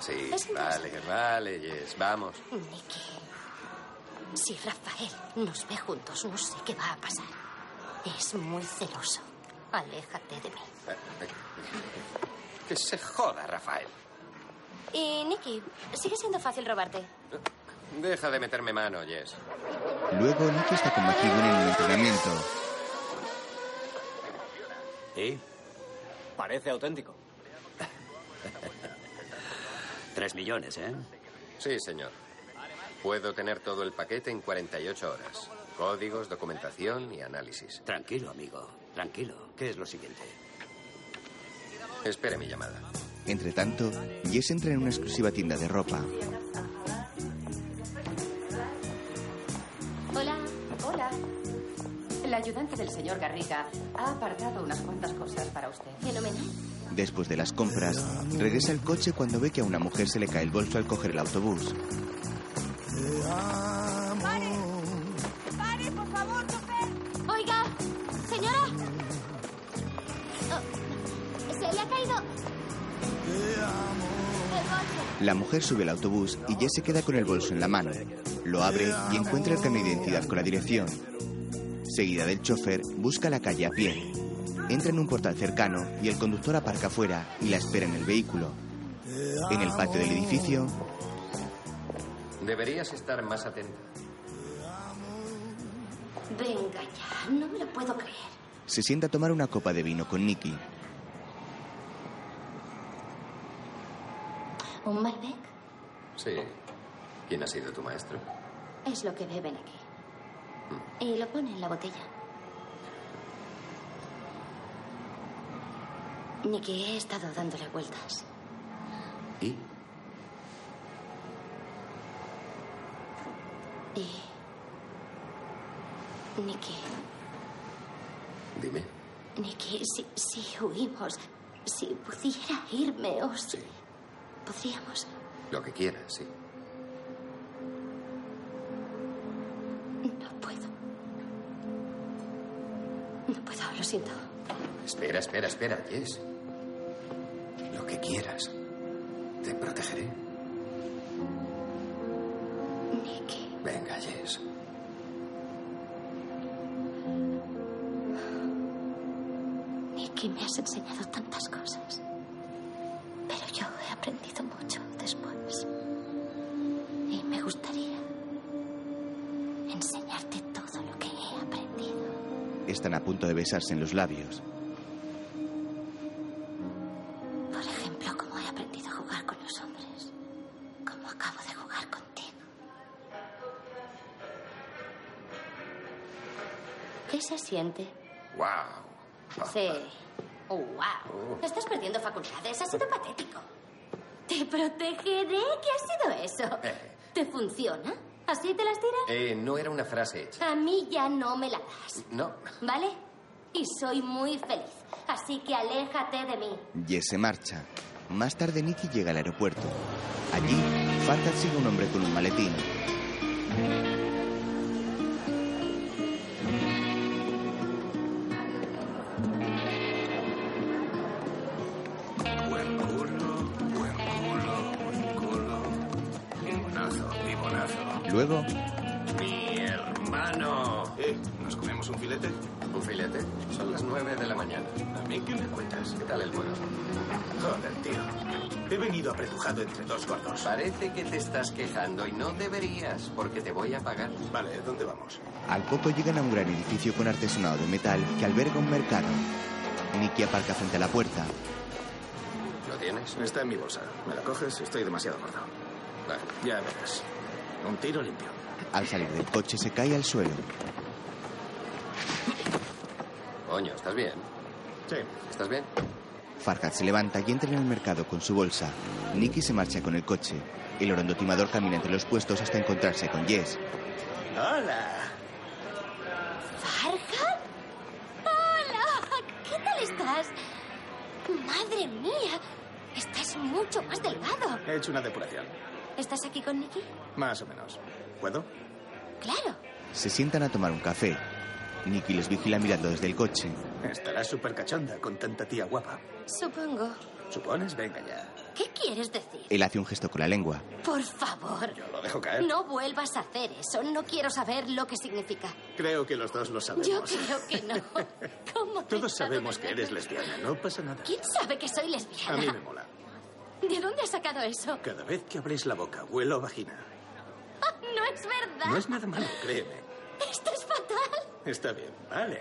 Speaker 4: Sí,
Speaker 5: Es
Speaker 4: vale, vale, Jess, vamos.
Speaker 5: Nicky. Si Rafael nos ve juntos, no sé qué va a pasar.
Speaker 20: Es muy celoso. Aléjate de mí.
Speaker 4: Eh, Que se joda, Rafael.
Speaker 20: Y Nicky, sigue siendo fácil robarte.
Speaker 4: Deja de meterme mano, Jess.
Speaker 1: Luego Nicky está con McKibben en el entrenamiento.
Speaker 14: ¿Y? Parece auténtico.
Speaker 21: Tres millones, ¿eh?
Speaker 4: Sí, señor. Puedo tener todo el paquete en 48 horas. Códigos, documentación y análisis.
Speaker 21: Tranquilo, amigo. Tranquilo. ¿Qué es lo siguiente?
Speaker 4: Espere mi llamada.
Speaker 1: Entre tanto, Jess entra en una exclusiva tienda de ropa.
Speaker 22: Hola. Hola. La ayudante del señor Garriga ha apartado unas cuantas cosas para usted.
Speaker 20: Fenomenal.
Speaker 1: Después de las compras, regresa al coche cuando ve que a una mujer se le cae el bolso al coger el autobús.
Speaker 16: ¡Pare! ¡Pare, por favor, chofer!
Speaker 20: Oiga, señora.
Speaker 5: Oh,
Speaker 20: Se le ha caído.
Speaker 1: La mujer sube al autobús y Jess se queda con el bolso en la mano. Lo abre y encuentra el carnet de identidad con la dirección. Seguida del chofer, busca la calle a pie. Entra en un portal cercano y el conductor aparca fuera y la espera en el vehículo. En el patio del edificio,
Speaker 4: Deberías estar más atenta.
Speaker 5: Venga ya, no me lo puedo creer.
Speaker 1: se sienta a tomar una copa de vino con Nicky.
Speaker 5: Un Malbec
Speaker 4: Sí. ¿Quién ha sido tu maestro?
Speaker 5: es lo que beben aquí. Y lo pone en la botella. Nicky, he estado dándole vueltas.
Speaker 4: ¿Y?
Speaker 5: Y. Nicky,
Speaker 4: Dime.
Speaker 5: Nicky, si, si huimos, si pudiera irme o si. Podríamos.
Speaker 4: Lo que quieras, sí.
Speaker 5: No puedo. No puedo, lo siento.
Speaker 4: Espera, espera, espera, Jess. Lo que quieras. Te protegeré.
Speaker 5: Nicky.
Speaker 4: Venga, Jess.
Speaker 5: Nicky, me has enseñado tantas cosas. Pero yo he aprendido mucho después. Y me gustaría enseñarte todo lo que he aprendido.
Speaker 1: Están a punto de besarse en los labios.
Speaker 5: Por ejemplo, cómo he aprendido a jugar con los hombres. Cómo acabo de jugar contigo. ¿Qué se siente?
Speaker 4: ¡Wow!
Speaker 5: Sí. Oh, wow. Te Estás perdiendo facultades. Ha sido patético. Te protegeré. ¿Qué ha sido eso?
Speaker 4: Eh,
Speaker 5: ¿Te funciona? ¿Así te las tiras?
Speaker 4: eh, no era una frase hecha.
Speaker 5: A mí ya no me la das,
Speaker 4: No.
Speaker 5: ¿vale? Y soy muy feliz. Así que aléjate de mí.
Speaker 1: Jess se marcha. Más tarde, Nicky llega al aeropuerto. Allí, Farkas sigue a un hombre con un maletín.
Speaker 8: Limonazo, limonazo.
Speaker 1: Luego,
Speaker 8: Mi hermano. Eh, ¿nos comemos un filete?
Speaker 4: ¿Un filete? Son las nueve de la mañana.
Speaker 8: ¿A mí qué me cuentas?
Speaker 4: ¿Qué tal el vuelo?
Speaker 8: Joder, tío. He venido apretujado entre dos gordos.
Speaker 4: Parece que te estás quejando y no deberías, porque te voy a pagar.
Speaker 8: Vale, ¿dónde vamos?
Speaker 1: al poco llegan a un gran edificio con artesanado de metal que alberga un mercado. Nicky aparca frente a la puerta.
Speaker 4: ¿Lo tienes?
Speaker 8: Está en mi bolsa. ¿Me la coges? Estoy demasiado gordo.
Speaker 4: Vale.
Speaker 8: Ya verás. Un tiro limpio.
Speaker 1: Al salir del coche, se cae al suelo.
Speaker 4: Coño, ¿estás bien?
Speaker 8: Sí.
Speaker 4: ¿Estás bien?
Speaker 1: Farhat se levanta y entra en el mercado con su bolsa. Nicky se marcha con el coche. El orondotimador camina entre los puestos hasta encontrarse con Jess.
Speaker 8: ¡Hola!
Speaker 5: ¿Farhan? ¡Hola! ¿Qué tal estás? ¡Madre mía! Estás mucho más delgado.
Speaker 8: He hecho una depuración.
Speaker 5: ¿Estás aquí con Nicky?
Speaker 8: Más o menos. ¿Puedo?
Speaker 5: Claro.
Speaker 1: Se sientan a tomar un café. Nicky los vigila mirando desde el coche.
Speaker 8: Estarás súper cachonda con tanta tía guapa.
Speaker 5: Supongo.
Speaker 8: ¿Supones? Venga ya.
Speaker 5: ¿Qué quieres decir?
Speaker 8: Eh.
Speaker 1: Él hace un gesto con la lengua.
Speaker 5: Por favor.
Speaker 1: Lo dejo
Speaker 5: No vuelvas a hacer eso. No quiero saber lo que significa.
Speaker 8: Creo que los dos lo sabemos.
Speaker 5: Yo creo que no. ¿Cómo te
Speaker 8: Todos
Speaker 5: sabe
Speaker 8: sabemos
Speaker 5: de
Speaker 8: que
Speaker 5: verdad?
Speaker 8: eres lesbiana, no pasa nada.
Speaker 5: ¿Quién sabe que
Speaker 8: A
Speaker 5: soy
Speaker 8: mí me
Speaker 5: lesbiana?
Speaker 8: mola.
Speaker 5: ¿De dónde has sacado eso?
Speaker 8: Cada vez que abres la boca, huelo a vagina.
Speaker 5: No es verdad.
Speaker 8: No es nada malo, créeme.
Speaker 5: Esto es fatal.
Speaker 8: Está bien, vale.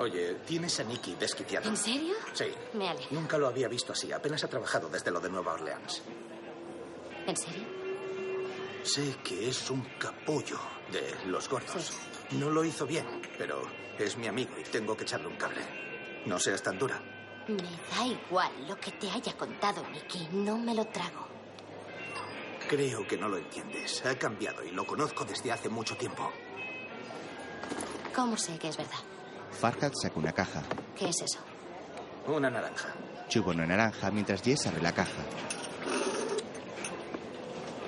Speaker 8: Oye, tienes a Nicky desquiciado.
Speaker 5: ¿En serio?
Speaker 8: Sí.
Speaker 5: Me alegro.
Speaker 8: Nunca lo había visto así. Apenas ha trabajado desde lo de Nueva Orleans.
Speaker 5: ¿En serio?
Speaker 8: Sé que es un capullo de los gordos. No lo hizo bien, pero es mi amigo y tengo que echarle un cable. No seas tan dura.
Speaker 5: Me da igual lo que te haya contado, Nicky. No me lo trago.
Speaker 8: Creo que no lo entiendes. Ha cambiado y lo conozco desde hace mucho tiempo.
Speaker 5: ¿Cómo sé que es verdad?
Speaker 1: Farhad saca una caja.
Speaker 5: ¿Qué es eso?
Speaker 8: Una naranja.
Speaker 1: Chupa una naranja mientras Jess abre la caja.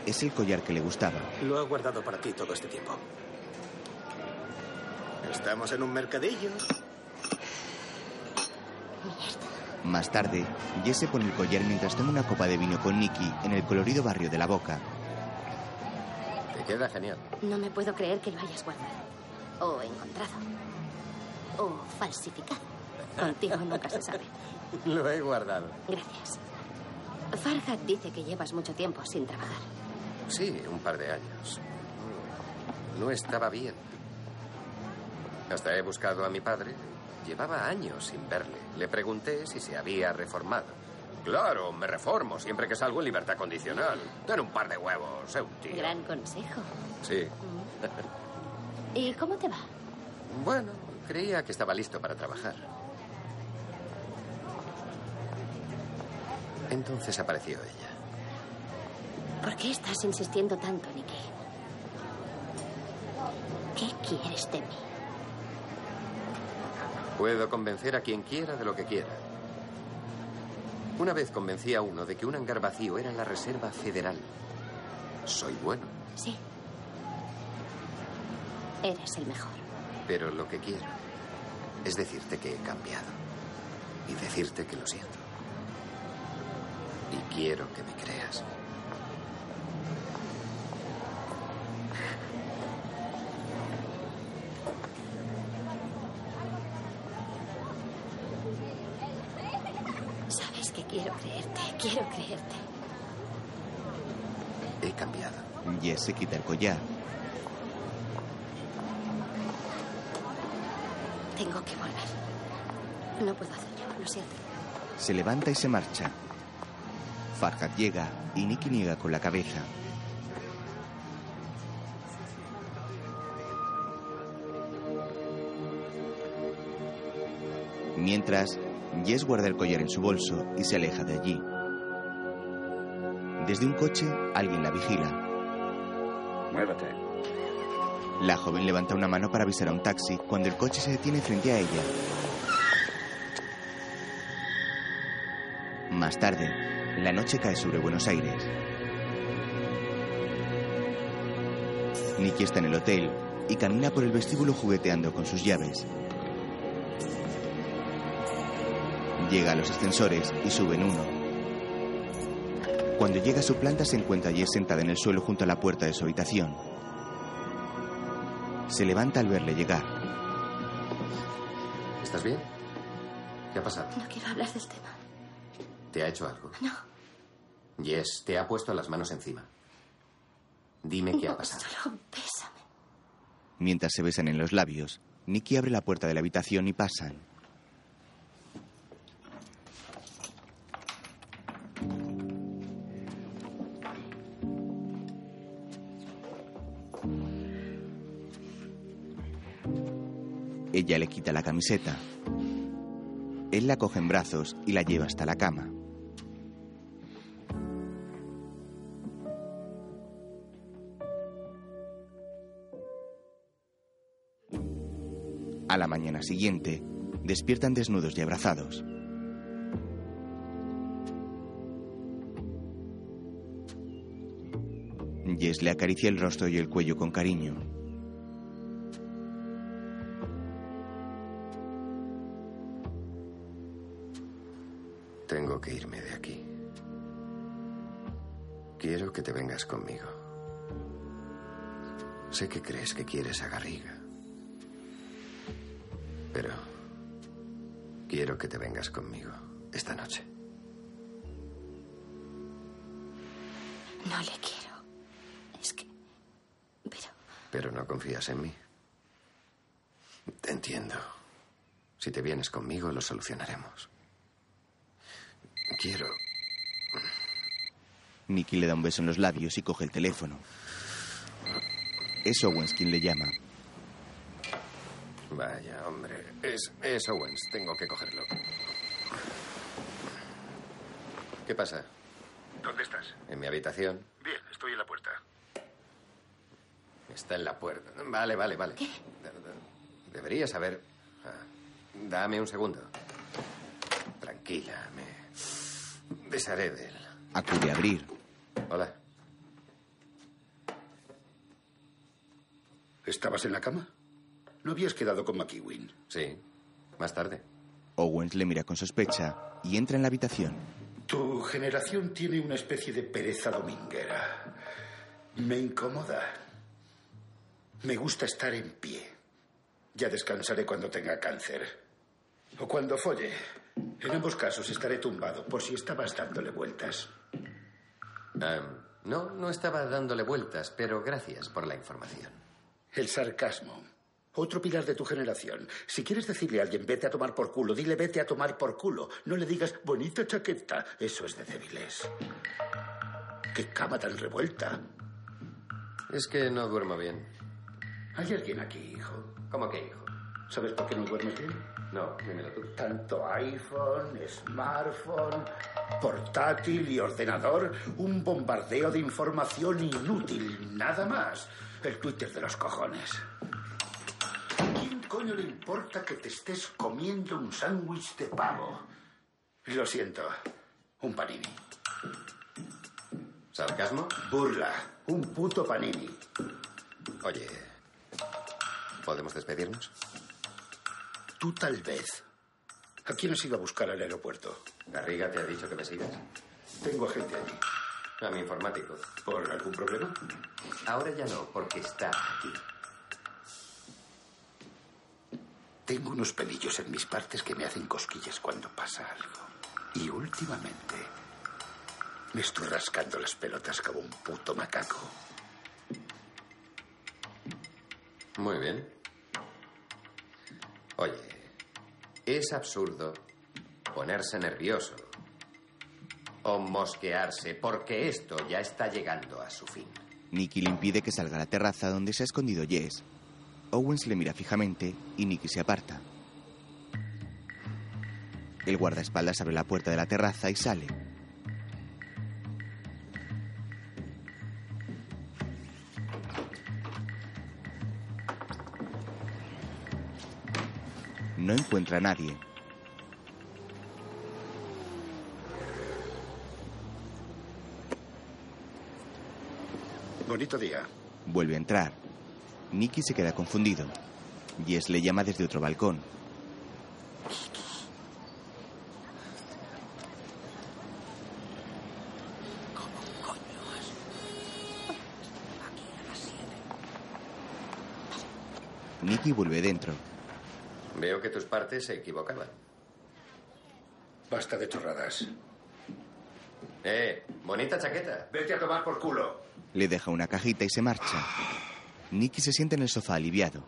Speaker 1: Es el collar que le gustaba.
Speaker 8: Lo ha guardado para ti todo este tiempo. Estamos en un mercadillo.
Speaker 1: Más tarde, Jess se pone el collar mientras toma una copa de vino con Nicky en el colorido barrio de la Boca.
Speaker 4: Te queda genial.
Speaker 5: No me puedo creer que lo hayas guardado. O encontrado. O falsificado. Contigo nunca se sabe.
Speaker 4: Lo he guardado.
Speaker 5: Gracias. Farhat dice que llevas mucho tiempo sin trabajar.
Speaker 4: Sí, un par de años. No estaba bien. Hasta he buscado a mi padre. Llevaba años sin verle. Le pregunté si se había reformado. Claro, me reformo siempre que salgo en libertad condicional. Ten un par de huevos, sé un tío.
Speaker 5: Gran consejo.
Speaker 4: Sí.
Speaker 5: ¿Y cómo te va?
Speaker 4: Bueno, creía que estaba listo para trabajar. Entonces apareció ella.
Speaker 5: ¿Por qué estás insistiendo tanto, Nicky? ¿Qué quieres de mí?
Speaker 4: Puedo convencer a quien quiera de lo que quiera. Una vez convencí a uno de que un hangar vacío era la Reserva Federal. Soy bueno,
Speaker 5: Sí. Eres el mejor.
Speaker 4: pero lo que quiero es decirte que he cambiado y decirte que lo siento. Y quiero que me creas.
Speaker 5: Sabes que quiero creerte, quiero creerte.
Speaker 4: He cambiado.
Speaker 1: Jess se quita el collar.
Speaker 5: Tengo que volver. No puedo hacerlo, lo siento.
Speaker 1: Se levanta y se marcha. Farhad llega y Nicky niega con la cabeza. Mientras, Jess guarda el collar en su bolso y se aleja de allí. Desde un coche, alguien la vigila.
Speaker 23: Muévete.
Speaker 1: La joven levanta una mano para avisar a un taxi cuando el coche se detiene frente a ella. Más tarde, la noche cae sobre Buenos Aires. Nicky está en el hotel y camina por el vestíbulo jugueteando con sus llaves. Llega a los ascensores y sube en uno. Cuando llega a su planta se encuentra Jess sentada en el suelo junto a la puerta de su habitación. Se levanta al verle llegar.
Speaker 4: ¿Estás bien? ¿Qué ha pasado?
Speaker 5: No quiero hablar del tema.
Speaker 4: ¿Te ha hecho algo?
Speaker 5: No.
Speaker 4: Yes, te ha puesto las manos encima. Dime qué ha pasado.
Speaker 5: Solo bésame.
Speaker 1: Mientras se besan en los labios, Nicky abre la puerta de la habitación y pasan. Ella le quita la camiseta. Él la coge en brazos y la lleva hasta la cama. A la mañana siguiente, despiertan desnudos y abrazados. Jess le acaricia el rostro y el cuello con cariño.
Speaker 4: Tengo que irme de aquí. Quiero que te vengas conmigo. Sé que crees que quieres a Garriga. Pero quiero que te vengas conmigo esta noche.
Speaker 5: No le quiero. Es que... Pero...
Speaker 4: Pero no confías en mí. Te entiendo. Si te vienes conmigo, lo solucionaremos. Quiero.
Speaker 1: Nicky le da un beso en los labios y coge el teléfono. Es Owens quien le llama.
Speaker 4: Vaya, hombre. Es, es Owens. Tengo que cogerlo. ¿Qué pasa?
Speaker 3: ¿Dónde estás?
Speaker 4: ¿En mi habitación?
Speaker 3: Bien, estoy en la puerta.
Speaker 4: Está en la puerta. Vale, vale, vale. De- de- Deberías saber. Ah, dame un segundo. Tranquila, me desharé de él.
Speaker 1: Acude a abrir.
Speaker 4: Hola.
Speaker 13: ¿Estabas en la cama? ¿No habías quedado con McEwen?
Speaker 4: Sí, más tarde.
Speaker 1: Owens le mira con sospecha y entra en la habitación.
Speaker 13: Tu generación tiene una especie de pereza dominguera. Me incomoda. Me gusta estar en pie. Ya descansaré cuando tenga cáncer. O cuando folle. En ambos casos estaré tumbado por si estabas dándole vueltas.
Speaker 4: Am, no, no estaba dándole vueltas, pero gracias por la información.
Speaker 13: El sarcasmo. Otro pilar de tu generación. Si quieres decirle a alguien vete a tomar por culo, dile vete a tomar por culo. No le digas bonita chaqueta. Eso es de débiles. Qué cama tan revuelta.
Speaker 4: Es que no duermo bien.
Speaker 13: Hay alguien aquí, hijo.
Speaker 4: ¿Cómo que hijo?
Speaker 13: ¿Sabes por qué no duermes bien?
Speaker 4: No, dímelo tú.
Speaker 13: Tanto iPhone, smartphone, portátil y ordenador, un bombardeo de información inútil, nada más. El Twitter de los cojones. ¿Quién coño le importa que te estés comiendo un sándwich de pavo? Lo siento, un panini.
Speaker 4: ¿Sarcasmo?
Speaker 13: Burla, un puto panini.
Speaker 4: Oye, ¿podemos despedirnos?
Speaker 13: Tú tal vez. ¿A quién has ido a buscar al aeropuerto?
Speaker 4: Garriga te ha dicho que me sigas.
Speaker 13: Tengo a gente allí.
Speaker 4: A mi informático.
Speaker 13: ¿Por algún problema?
Speaker 4: Ahora ya no, porque está aquí.
Speaker 13: Tengo unos pelillos en mis partes que me hacen cosquillas cuando pasa algo. Y últimamente me estoy rascando las pelotas como un puto macaco.
Speaker 4: Muy bien. Oye, es absurdo ponerse nervioso o mosquearse porque esto ya está llegando a su fin.
Speaker 1: Nicky le impide que salga a la terraza donde se ha escondido Jess. Owens le mira fijamente y Nicky se aparta. El guardaespaldas abre la puerta de la terraza y sale. No encuentra a nadie.
Speaker 13: Bonito día.
Speaker 1: Vuelve a entrar. Nicky se queda confundido. Jess le llama desde otro balcón. Nicky vuelve dentro.
Speaker 4: Veo que tus partes se equivocaban.
Speaker 13: Basta de chorradas.
Speaker 4: Eh, bonita chaqueta.
Speaker 13: Vete a tomar por culo.
Speaker 1: Le deja una cajita y se marcha. Nicky se sienta en el sofá aliviado.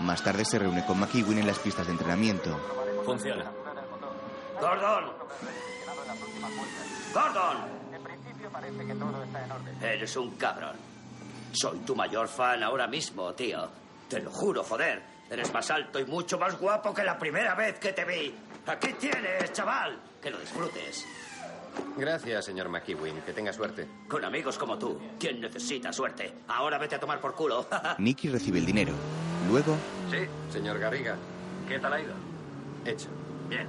Speaker 1: Más tarde se reúne con McEwen en las pistas de entrenamiento.
Speaker 24: Funciona.
Speaker 6: ¡Gordon! ¡Gordon!
Speaker 25: En principio parece que todo está en orden.
Speaker 6: Eres un cabrón. Soy tu mayor fan ahora mismo, tío. Te lo juro, joder. Eres más alto y mucho más guapo que la primera vez que te vi. Aquí tienes, chaval. Que lo disfrutes.
Speaker 4: Gracias, señor McEwen. Que tenga suerte.
Speaker 6: Con amigos como tú, ¿quién necesita suerte? Ahora vete a tomar por culo.
Speaker 1: Nicky recibe el dinero. Luego,
Speaker 4: Sí, señor Garriga.
Speaker 26: ¿Qué tal ha ido?
Speaker 4: Hecho.
Speaker 26: Bien.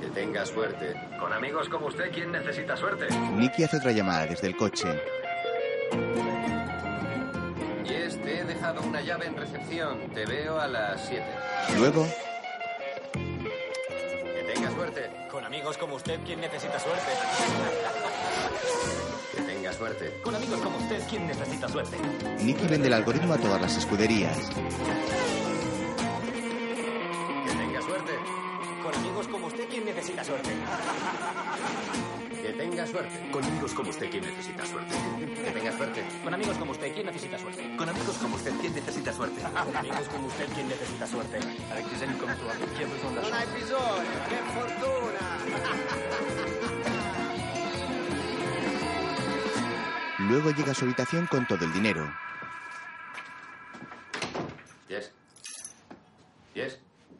Speaker 4: Que tenga suerte.
Speaker 26: Con amigos como usted, ¿quién necesita suerte?
Speaker 1: Nicky hace otra llamada desde el coche.
Speaker 4: Y este he dejado una llave en recepción. Te veo a las 7.
Speaker 1: Luego,
Speaker 4: Que tenga suerte. suerte.
Speaker 2: Con amigos como usted, ¿quién necesita suerte?
Speaker 4: Que tenga suerte.
Speaker 2: Con amigos como usted, ¿quién necesita suerte?
Speaker 1: Nicky vende el algoritmo a todas las escuderías.
Speaker 2: Que tenga suerte. Con amigos como usted, ¿quién necesita suerte?
Speaker 4: Que tenga suerte.
Speaker 2: Con amigos como usted, ¿quién necesita suerte?
Speaker 4: Que tenga suerte.
Speaker 2: Con amigos como usted, ¿quién necesita suerte?
Speaker 14: Con amigos como usted, ¿quién necesita suerte?
Speaker 2: Con amigos como usted, ¿quién necesita suerte?
Speaker 7: Non hai bisogno, che fortuna!
Speaker 1: Luego llega a su habitación con todo el dinero.
Speaker 4: Yes. Yes.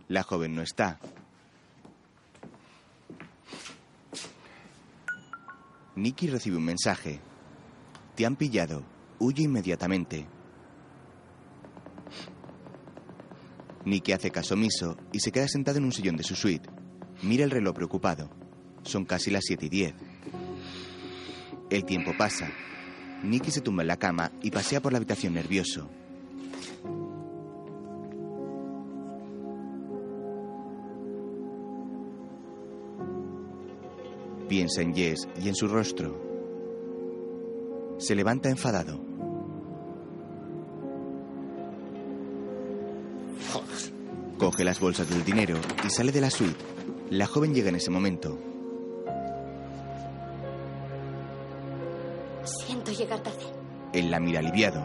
Speaker 1: La joven no está. Nicky recibe un mensaje. Te han pillado. Huye inmediatamente. Nicky hace caso omiso y se queda sentado en un sillón de su suite. Mira el reloj preocupado. Son casi las 7 y 10. El tiempo pasa. Nicky se tumba en la cama y pasea por la habitación nervioso. Piensa en Jess y en su rostro. Se levanta enfadado. Coge las bolsas del dinero y sale de la suite. La joven llega en ese momento.
Speaker 5: Siento llegar tarde.
Speaker 1: Él la mira aliviado.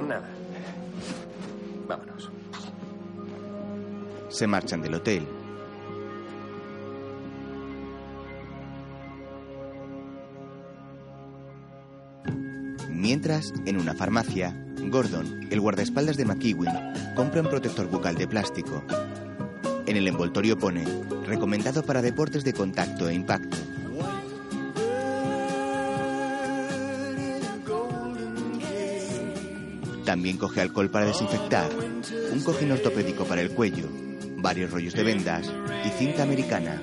Speaker 4: Nada. Vámonos.
Speaker 1: Se marchan del hotel. Mientras, en una farmacia, Gordon, el guardaespaldas de McEwen, compra un protector bucal de plástico. En el envoltorio pone, recomendado para deportes de contacto e impacto. También coge alcohol para desinfectar, un cojín ortopédico para el cuello, varios rollos de vendas y cinta americana.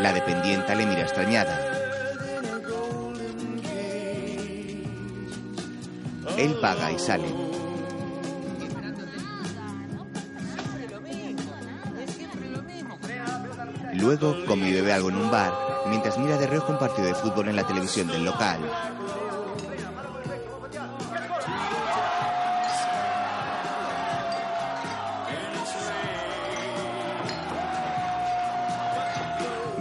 Speaker 1: La dependienta le mira extrañada. Él paga y sale. Luego come y bebe algo en un bar mientras mira de reojo un partido de fútbol en la televisión del local.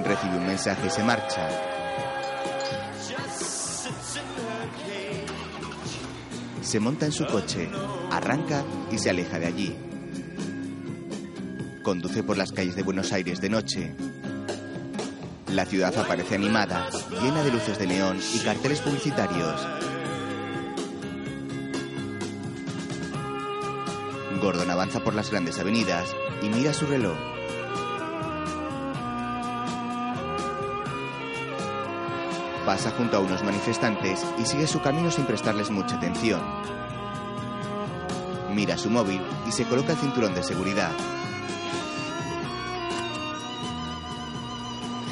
Speaker 1: Recibe un mensaje y se marcha. Se monta en su coche, arranca y se aleja de allí. Conduce por las calles de Buenos Aires de noche. La ciudad aparece animada, llena de luces de neón y carteles publicitarios. Gordon avanza por las grandes avenidas y mira su reloj. Pasa junto a unos manifestantes y sigue su camino sin prestarles mucha atención. Mira su móvil y se coloca el cinturón de seguridad.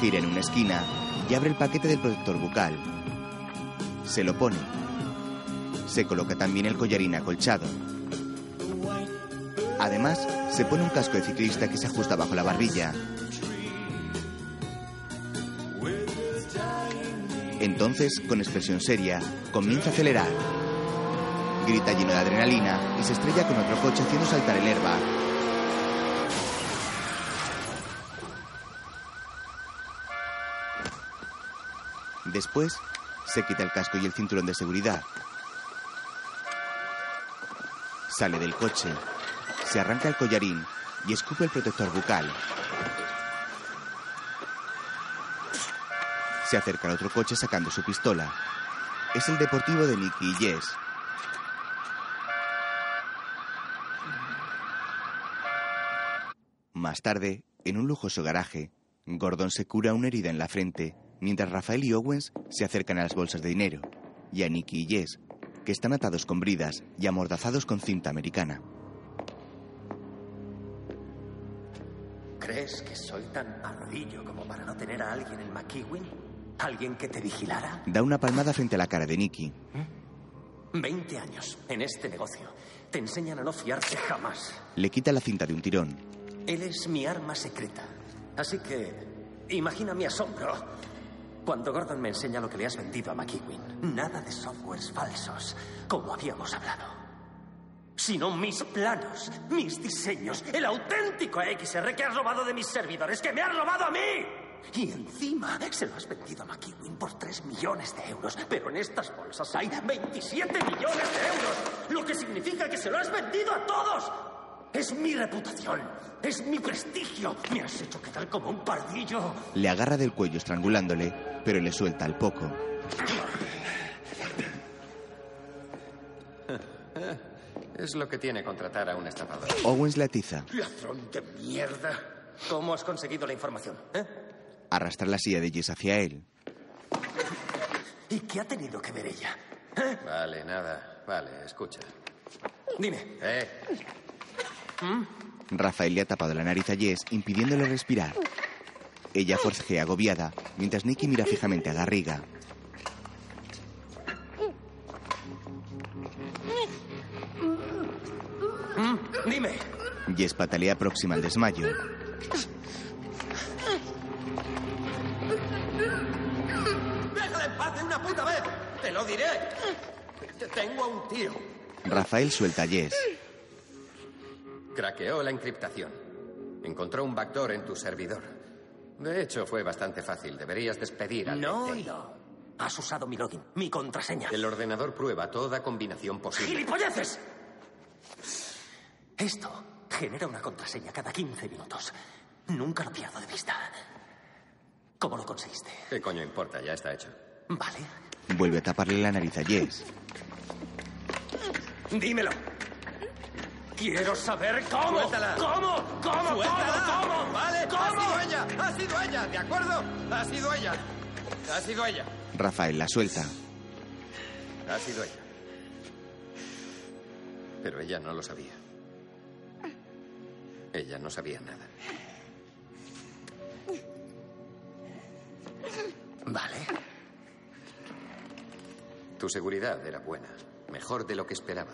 Speaker 1: Gira en una esquina y abre el paquete del protector bucal. Se lo pone. Se coloca también el collarín acolchado. Además, se pone un casco de ciclista que se ajusta bajo la barbilla. Entonces, con expresión seria, comienza a acelerar. Grita lleno de adrenalina y se estrella con otro coche haciendo saltar el airbag. Después, se quita el casco y el cinturón de seguridad. Sale del coche, se arranca el collarín y escupe el protector bucal. Se acerca al otro coche sacando su pistola. Es el deportivo de Nicky y Jess. Más tarde, en un lujoso garaje, Gordon se cura una herida en la frente, mientras Rafael y Owens se acercan a las bolsas de dinero, y a Nicky y Jess, que están atados con bridas y amordazados con cinta americana.
Speaker 14: ¿Crees que soy tan ardillo como para no tener a alguien en McEwen? ¿Alguien que te vigilara?
Speaker 1: Da una palmada frente a la cara de Nicky.
Speaker 14: Veinte años en este negocio. Te enseñan a no fiarse jamás.
Speaker 1: Le quita la cinta de un tirón.
Speaker 14: Él es mi arma secreta. Así que imagina mi asombro cuando Gordon me enseña lo que le has vendido a McEwen. Nada de softwares falsos, como habíamos hablado. Sino mis planos, mis diseños, el auténtico XR que has robado de mis servidores, que me has robado a mí. Y encima se lo has vendido a McEwen por 3 millones de euros. Pero en estas bolsas hay 27 millones de euros. Lo que significa que se lo has vendido a todos. Es mi reputación, es mi prestigio. Me has hecho quedar como un pardillo.
Speaker 1: Le agarra del cuello estrangulándole, pero le suelta al poco.
Speaker 4: Es lo que tiene contratar a un estafador.
Speaker 1: Owens le atiza.
Speaker 14: Ladrón de mierda. ¿Cómo has conseguido la información? eh?
Speaker 1: Arrastra la silla de Jess hacia él.
Speaker 14: ¿Y qué ha tenido que ver ella? ¿Eh?
Speaker 4: Vale, nada. Vale, escucha.
Speaker 14: Dime.
Speaker 4: Eh,
Speaker 1: Rafael le ha tapado la nariz a Jess, impidiéndole respirar. Ella forcejea agobiada, mientras Nicky mira fijamente a Garriga.
Speaker 14: Mm, Dime.
Speaker 1: Jess patalea próxima al desmayo.
Speaker 7: ¡Déjala en paz de una puta vez! ¡Te lo diré! Te tengo a un tío.
Speaker 1: Rafael suelta a Jess.
Speaker 4: craqueó la encriptación. Encontró un backdoor en tu servidor. De hecho, fue bastante fácil. Deberías despedir al
Speaker 14: No, no. Has usado mi login, mi contraseña.
Speaker 4: El ordenador prueba toda combinación posible.
Speaker 14: ¡Gilipolleces! Esto genera una contraseña cada 15 minutos. Nunca lo pierdo de vista. ¿Cómo lo conseguiste?
Speaker 4: ¿Qué coño importa? Ya está hecho.
Speaker 14: Vale.
Speaker 1: Vuelve a taparle la nariz a Jess.
Speaker 14: Dímelo. Quiero saber cómo.
Speaker 7: Suéltala.
Speaker 14: ¿Cómo? ¿Cómo?
Speaker 7: Suéltala.
Speaker 14: ¿Cómo? ¿Cómo?
Speaker 7: ¿Vale?
Speaker 14: ¿Cómo?
Speaker 7: Ha sido ella, ha sido ella, ¿de acuerdo? Ha sido ella. Ha sido ella.
Speaker 1: Rafael la suelta.
Speaker 4: Ha sido ella. Pero ella no lo sabía. Ella no sabía nada.
Speaker 14: Vale.
Speaker 4: Tu seguridad era buena, mejor de lo que esperaba.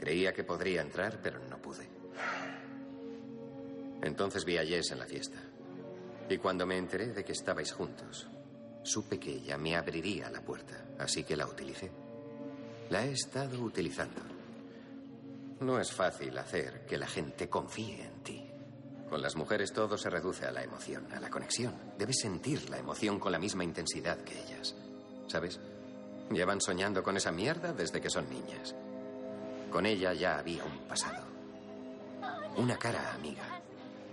Speaker 4: Creía que podría entrar, pero no pude. Entonces vi a Jess en la fiesta. Y cuando me enteré de que estabais juntos, supe que ella me abriría la puerta, así que la utilicé. La he estado utilizando. No es fácil hacer que la gente confíe en ti. Con las mujeres todo se reduce a la emoción, a la conexión. Debes sentir la emoción con la misma intensidad que ellas. ¿Sabes? Llevan soñando con esa mierda desde que son niñas. Con ella ya había un pasado. Una cara amiga.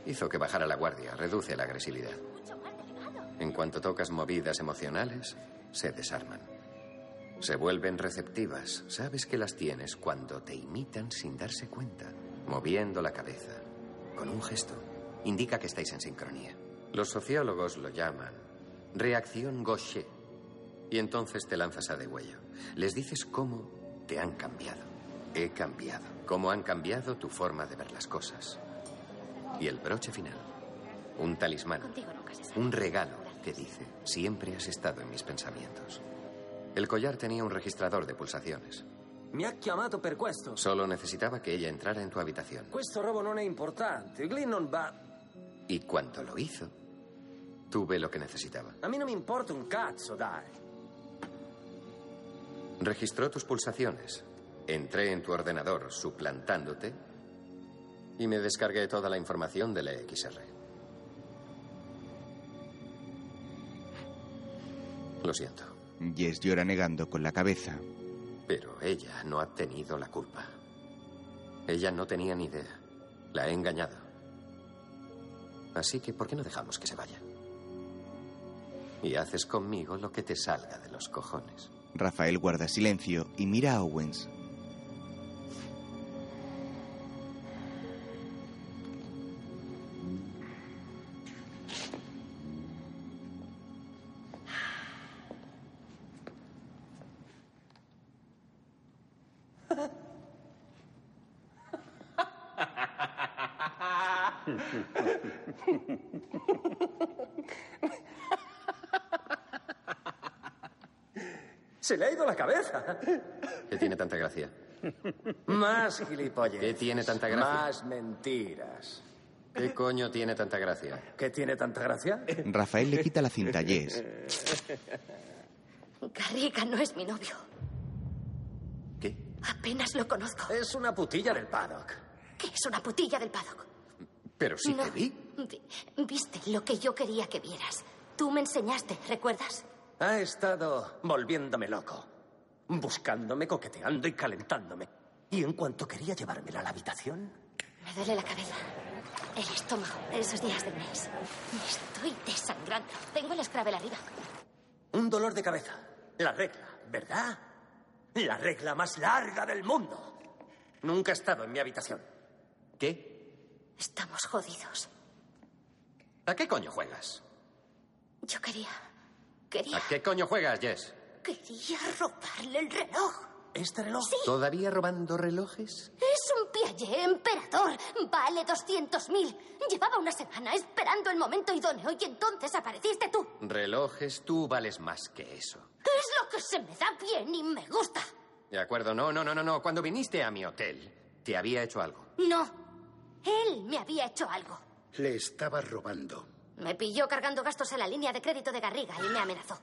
Speaker 4: Hizo que bajara la guardia, reduce la agresividad. En cuanto tocas movidas emocionales, se desarman. Se vuelven receptivas. Sabes que las tienes cuando te imitan sin darse cuenta, moviendo la cabeza. Con un gesto, indica que estáis en sincronía. Los sociólogos lo llaman reacción gaucher. Y entonces te lanzas a degüello. Les dices cómo te han cambiado. He cambiado. Cómo han cambiado tu forma de ver las cosas. Y el broche final. Un talismán. Un regalo que dice, siempre has estado en mis pensamientos. El collar tenía un registrador de pulsaciones.
Speaker 11: Mi ha chiamato per questo.
Speaker 4: Solo necesitaba que ella entrara en tu habitación.
Speaker 11: Questo robo non è importante. Glenn non va.
Speaker 4: Y cuando lo hizo, tuve lo que necesitaba.
Speaker 11: A me non mi importa un cazzo, dai.
Speaker 4: Registró tus pulsaciones. Entré en tu ordenador suplantándote y me descargué toda la información del E EXR. Lo siento,
Speaker 1: Jess llora negando con la cabeza.
Speaker 4: pero ella no ha tenido la culpa. Ella no tenía ni idea. La he engañado. Así que, ¿por qué no dejamos que se vaya? Y haces conmigo lo que te salga de los cojones.
Speaker 1: Rafael guarda silencio y mira a Owens.
Speaker 11: Se le ha ido la cabeza.
Speaker 4: ¿Qué tiene tanta gracia?
Speaker 11: Más gilipollas.
Speaker 4: ¿Qué tiene tanta gracia?
Speaker 11: Más mentiras.
Speaker 4: ¿Qué coño tiene tanta gracia?
Speaker 11: ¿Qué tiene tanta gracia?
Speaker 1: Rafael le quita la cinta a Jess.
Speaker 5: Garriga no es mi novio.
Speaker 4: ¿Qué?
Speaker 5: Apenas lo conozco.
Speaker 11: Es una putilla del paddock.
Speaker 5: ¿Qué es una putilla del paddock?
Speaker 4: Pero sí
Speaker 5: No.
Speaker 4: te vi.
Speaker 5: Vi- Viste lo que yo quería que vieras. Tú me enseñaste, ¿recuerdas?
Speaker 11: Ha estado volviéndome loco. Buscándome, coqueteando y calentándome. Y en cuanto quería llevármela a la habitación,
Speaker 5: Me duele la cabeza, el estómago, esos días del mes. Me estoy desangrando. Tengo la escravel arriba.
Speaker 11: un dolor de cabeza. La regla, ¿verdad? La regla más larga del mundo. Nunca he estado en mi habitación.
Speaker 4: ¿Qué?
Speaker 5: Estamos jodidos.
Speaker 4: ¿A qué coño juegas?
Speaker 5: Yo quería. Quería.
Speaker 4: ¿A qué coño juegas, Jess?
Speaker 5: Quería robarle el reloj.
Speaker 11: ¿Este reloj?
Speaker 5: Sí.
Speaker 4: ¿Todavía robando relojes?
Speaker 5: Es un Piaget emperador. Vale 200.000. Llevaba una semana esperando el momento idóneo y entonces apareciste tú.
Speaker 4: Relojes, tú vales más que eso.
Speaker 5: Es lo que se me da bien y me gusta.
Speaker 4: De acuerdo, no, no, no, no, no. Cuando viniste a mi hotel, te había hecho algo.
Speaker 5: No. Él me había hecho algo.
Speaker 13: Le estaba robando.
Speaker 5: Me pilló cargando gastos en la línea de crédito de Garriga y me amenazó.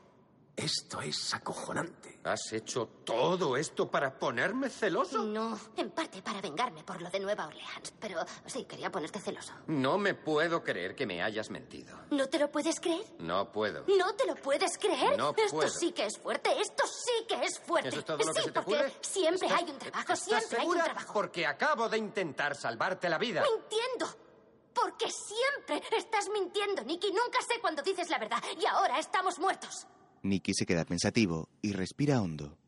Speaker 11: Esto es acojonante.
Speaker 4: ¿Has hecho todo esto para ponerme celoso?
Speaker 5: No, en parte para vengarme por lo de Nueva Orleans, pero sí quería ponerte celoso.
Speaker 4: No me puedo creer que me hayas mentido.
Speaker 5: ¿No te lo puedes creer?
Speaker 4: No puedo.
Speaker 5: ¿No te lo puedes creer?
Speaker 4: No
Speaker 5: esto
Speaker 4: puedo.
Speaker 5: sí que es fuerte, esto sí que es fuerte.
Speaker 4: ¿Eso es todo lo que
Speaker 5: sí,
Speaker 4: se te
Speaker 5: porque
Speaker 4: ocurre?
Speaker 5: siempre hay un trabajo,
Speaker 4: ¿Estás
Speaker 5: Pues siempre hay un
Speaker 4: segura?
Speaker 5: trabajo.
Speaker 4: Porque acabo de intentar salvarte la vida.
Speaker 5: Entiendo. Porque siempre estás mintiendo, Nicky. Nunca sé cuándo dices la verdad. Y ahora estamos muertos.
Speaker 1: Nicky se queda pensativo y respira hondo.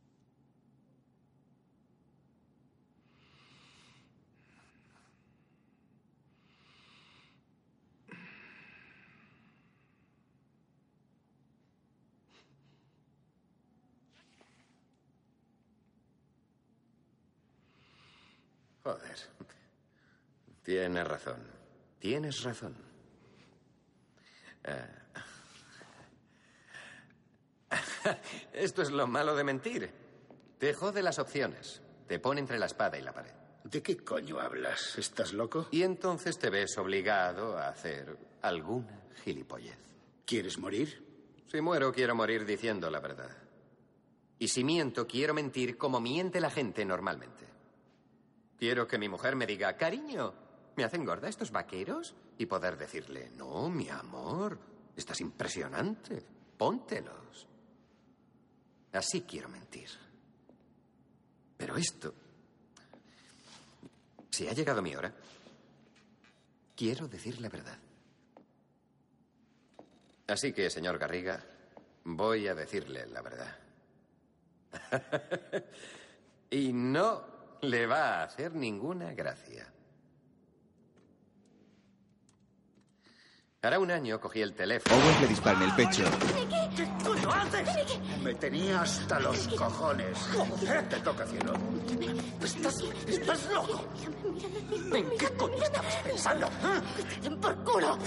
Speaker 4: Joder. Tienes razón. Tienes razón. Eh. Esto es lo malo de mentir. Te jode las opciones. Te pone entre la espada y la pared.
Speaker 13: ¿De qué coño hablas? ¿Estás loco?
Speaker 4: Y entonces te ves obligado a hacer alguna gilipollez.
Speaker 13: ¿Quieres morir?
Speaker 4: Si muero, quiero morir diciendo la verdad. Y si miento, quiero mentir como miente la gente normalmente. Quiero que mi mujer me diga, cariño, ¿me hacen gorda estos vaqueros? Y poder decirle, no, mi amor, estás impresionante, póntelos. Así quiero mentir. Pero esto... Si ha llegado mi hora, quiero decir la verdad. Así que, señor Garriga, voy a decirle la verdad. y no le va a hacer ninguna gracia. Hará un año cogí el teléfono.
Speaker 3: Oh,
Speaker 1: Owen le dispara en el pecho.
Speaker 13: ¿Qué coño haces? Me tenía hasta los cojones. ¿Qué te toca, cielo?
Speaker 3: ¿Estás, estás loco? ¿En qué coño estabas pensando? ¿Eh?
Speaker 5: ¡Por culo!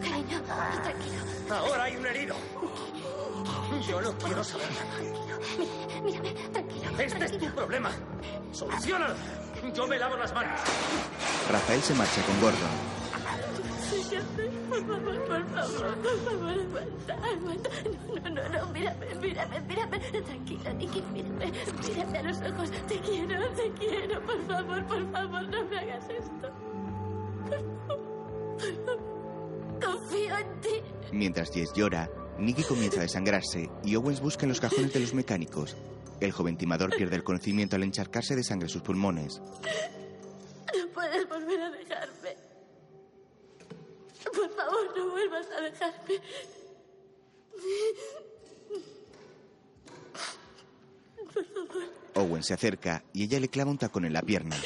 Speaker 5: Cariño, tranquilo.
Speaker 3: Ahora hay un herido. Yo no quiero saber nada.
Speaker 5: Mírame, tranquilo.
Speaker 3: Este es tu problema. Solucionalo. Yo me lavo las manos.
Speaker 1: Rafael se marcha con Gordon.
Speaker 16: Por favor, por favor, por favor, aguanta, aguanta. No, no, no, no, mírame, mírame, mírame. Tranquila, Nicky, mírame, mírame a los ojos. Te quiero, te quiero, por favor, por favor, no me hagas esto. Confío en ti.
Speaker 1: Mientras Jess llora, Nicky comienza a desangrarse y Owens busca en los cajones de los mecánicos. El joven timador pierde el conocimiento al encharcarse de sangre sus pulmones.
Speaker 16: No puedes volver a dejarme. Por favor, no vuelvas a dejarme. Por favor.
Speaker 1: Owen se acerca y ella le clava un tacón en la pierna.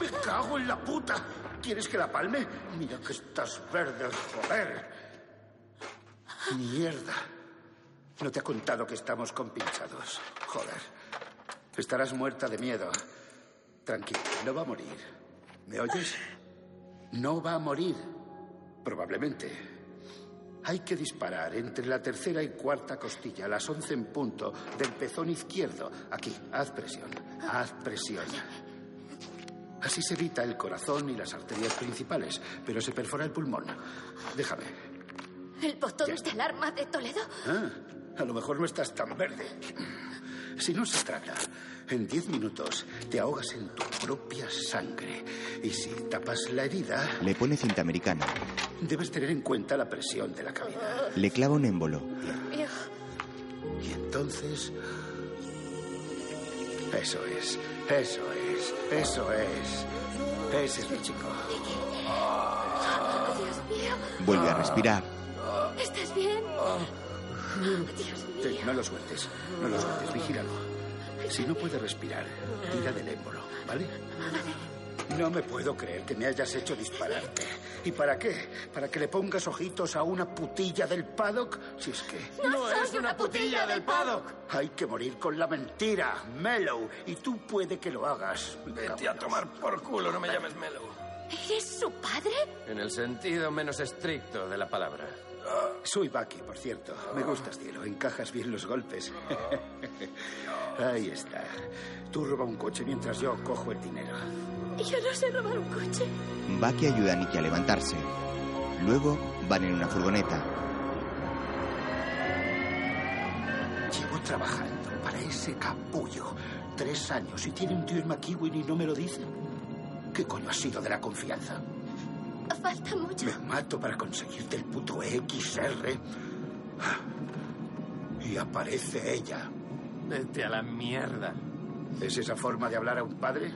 Speaker 13: Me cago en la puta. ¿Quieres que la palme? Mira que estás verde, joder. Mierda. No te ha contado que estamos compinchados. Joder.
Speaker 23: Estarás muerta de miedo. Tranquila, no va a morir. ¿Me oyes? No va a morir. Probablemente. Hay que disparar entre la tercera y cuarta costilla, a las once en punto, del pezón izquierdo. Aquí, haz presión. Haz presión. Así se evita el corazón y las arterias principales, pero se perfora el pulmón. Déjame.
Speaker 5: ¿El botón de alarma de Toledo?
Speaker 23: Ah, a lo mejor no estás tan verde. Si no se trata, en diez minutos te ahogas en tu propia sangre. Y si tapas la herida,
Speaker 1: Le pone cinta americana.
Speaker 23: debes tener en cuenta la presión de la cabina.
Speaker 1: Le clava un émbolo.
Speaker 23: Y entonces... Eso es, eso es, eso es. Ese es mi chico.
Speaker 7: Ah.
Speaker 16: Dios mío.
Speaker 1: Vuelve a respirar.
Speaker 16: ¿Estás bien?
Speaker 23: Te- no lo sueltes, no lo sueltes, vigílalo. Si no puede respirar, tira del émbolo, ¿vale? No me puedo creer que me hayas hecho dispararte. ¿Y para qué? ¿Para que le pongas ojitos a una putilla del paddock? Si es que...
Speaker 7: No No soy es una una putilla putilla del del paddock.
Speaker 23: Hay que morir con la mentira, Mellow. Y tú puede que lo hagas. Vete a tomar por
Speaker 14: Culo, no me llames Melo.
Speaker 5: ¿Eres su padre?
Speaker 14: En el sentido menos estricto de la palabra.
Speaker 23: Soy Bucky, por cierto. Me gustas, cielo. Encajas bien los golpes. Ahí está. Tú roba un coche mientras yo cojo el dinero.
Speaker 16: Yo no sé robar un coche.
Speaker 1: Bucky ayuda a Nicky a levantarse. Luego van en una furgoneta.
Speaker 23: Llevo trabajando para ese capullo
Speaker 13: tres años y tiene un tío en McEwen y no me lo dice. ¿Qué coño ha sido de la confianza?
Speaker 5: Falta mucho.
Speaker 13: Me mato para conseguirte el puto XR. Y aparece ella.
Speaker 14: Vete a la mierda.
Speaker 23: ¿Es esa forma de hablar a un padre?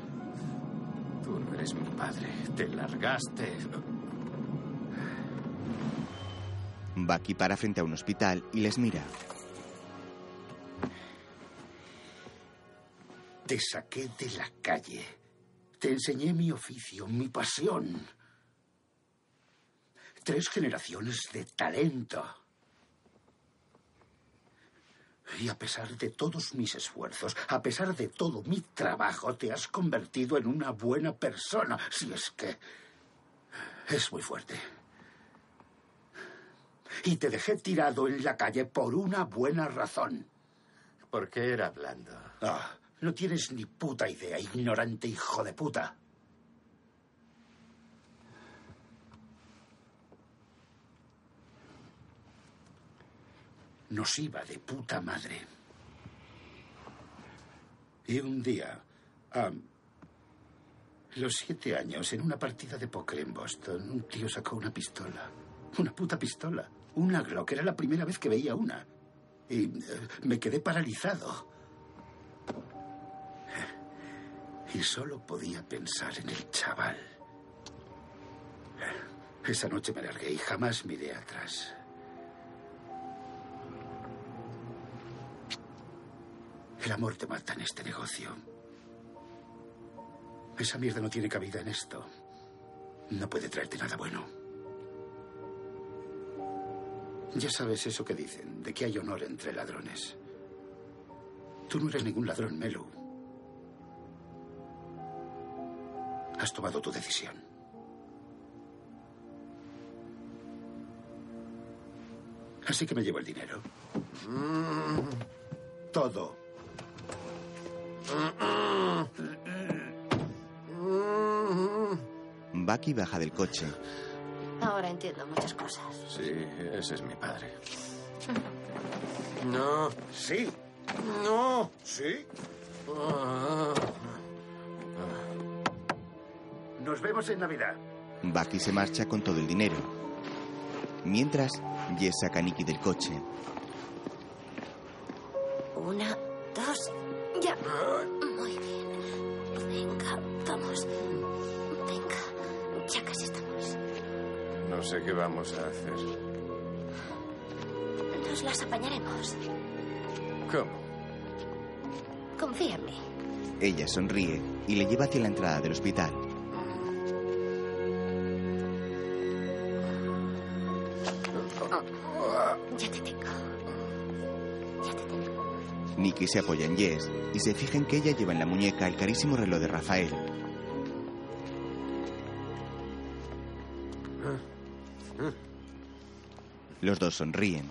Speaker 14: Tú no eres mi padre. Te largaste.
Speaker 1: Bucky para frente a un hospital y les mira.
Speaker 13: Te saqué de la calle. Te enseñé mi oficio, mi pasión. Tres generaciones de talento. Y a pesar de todos mis esfuerzos, a pesar de todo mi trabajo, te has convertido en una buena persona. Si es que es muy fuerte. Y te dejé tirado en la calle por una buena razón.
Speaker 14: ¿Por qué era blando?
Speaker 13: Ah, no tienes ni puta idea, ignorante hijo de puta. Nos iba de puta madre. Y un día, a los siete años, en una partida de póker en Boston, un tío sacó una pistola. Una puta pistola. Una Glock. Era la primera vez que veía una. Y eh, me quedé paralizado. Y solo podía pensar en el chaval. Esa noche me largué y jamás miré atrás. El amor te mata en este negocio. Esa mierda no tiene cabida en esto. No puede traerte nada bueno. Ya sabes eso que dicen, de que hay honor entre ladrones. Tú no eres ningún ladrón, Melo. Has tomado tu decisión. Así que me llevo el dinero.
Speaker 23: Mm,
Speaker 13: Todo.
Speaker 1: Bucky baja del coche.
Speaker 20: Ahora entiendo muchas cosas.
Speaker 14: Sí, ese es mi padre.
Speaker 7: No. Sí. No. Sí.
Speaker 14: Ah.
Speaker 23: Nos vemos en Navidad.
Speaker 1: Bucky se marcha con todo el dinero. Mientras, Jess saca a Nicky del coche.
Speaker 5: Una, dos, ya. Muy bien. Venga, vamos. Venga, ya casi estamos.
Speaker 14: No sé qué vamos a hacer.
Speaker 5: Nos las apañaremos.
Speaker 14: ¿Cómo?
Speaker 5: Confía en mí.
Speaker 1: Ella sonríe y le lleva hacia la entrada del hospital.
Speaker 5: Ya te tengo.
Speaker 1: Nicky Milky se apoya en Jess y se fija en que ella lleva en la muñeca el carísimo reloj de Rafael. Los dos sonríen.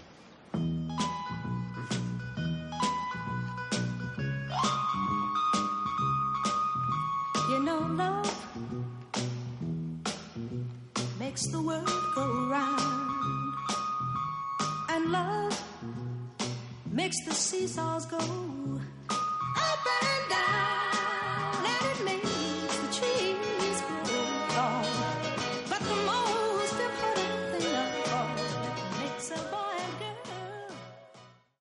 Speaker 5: You know, love makes the world go round, and love makes the seesaws go up and down.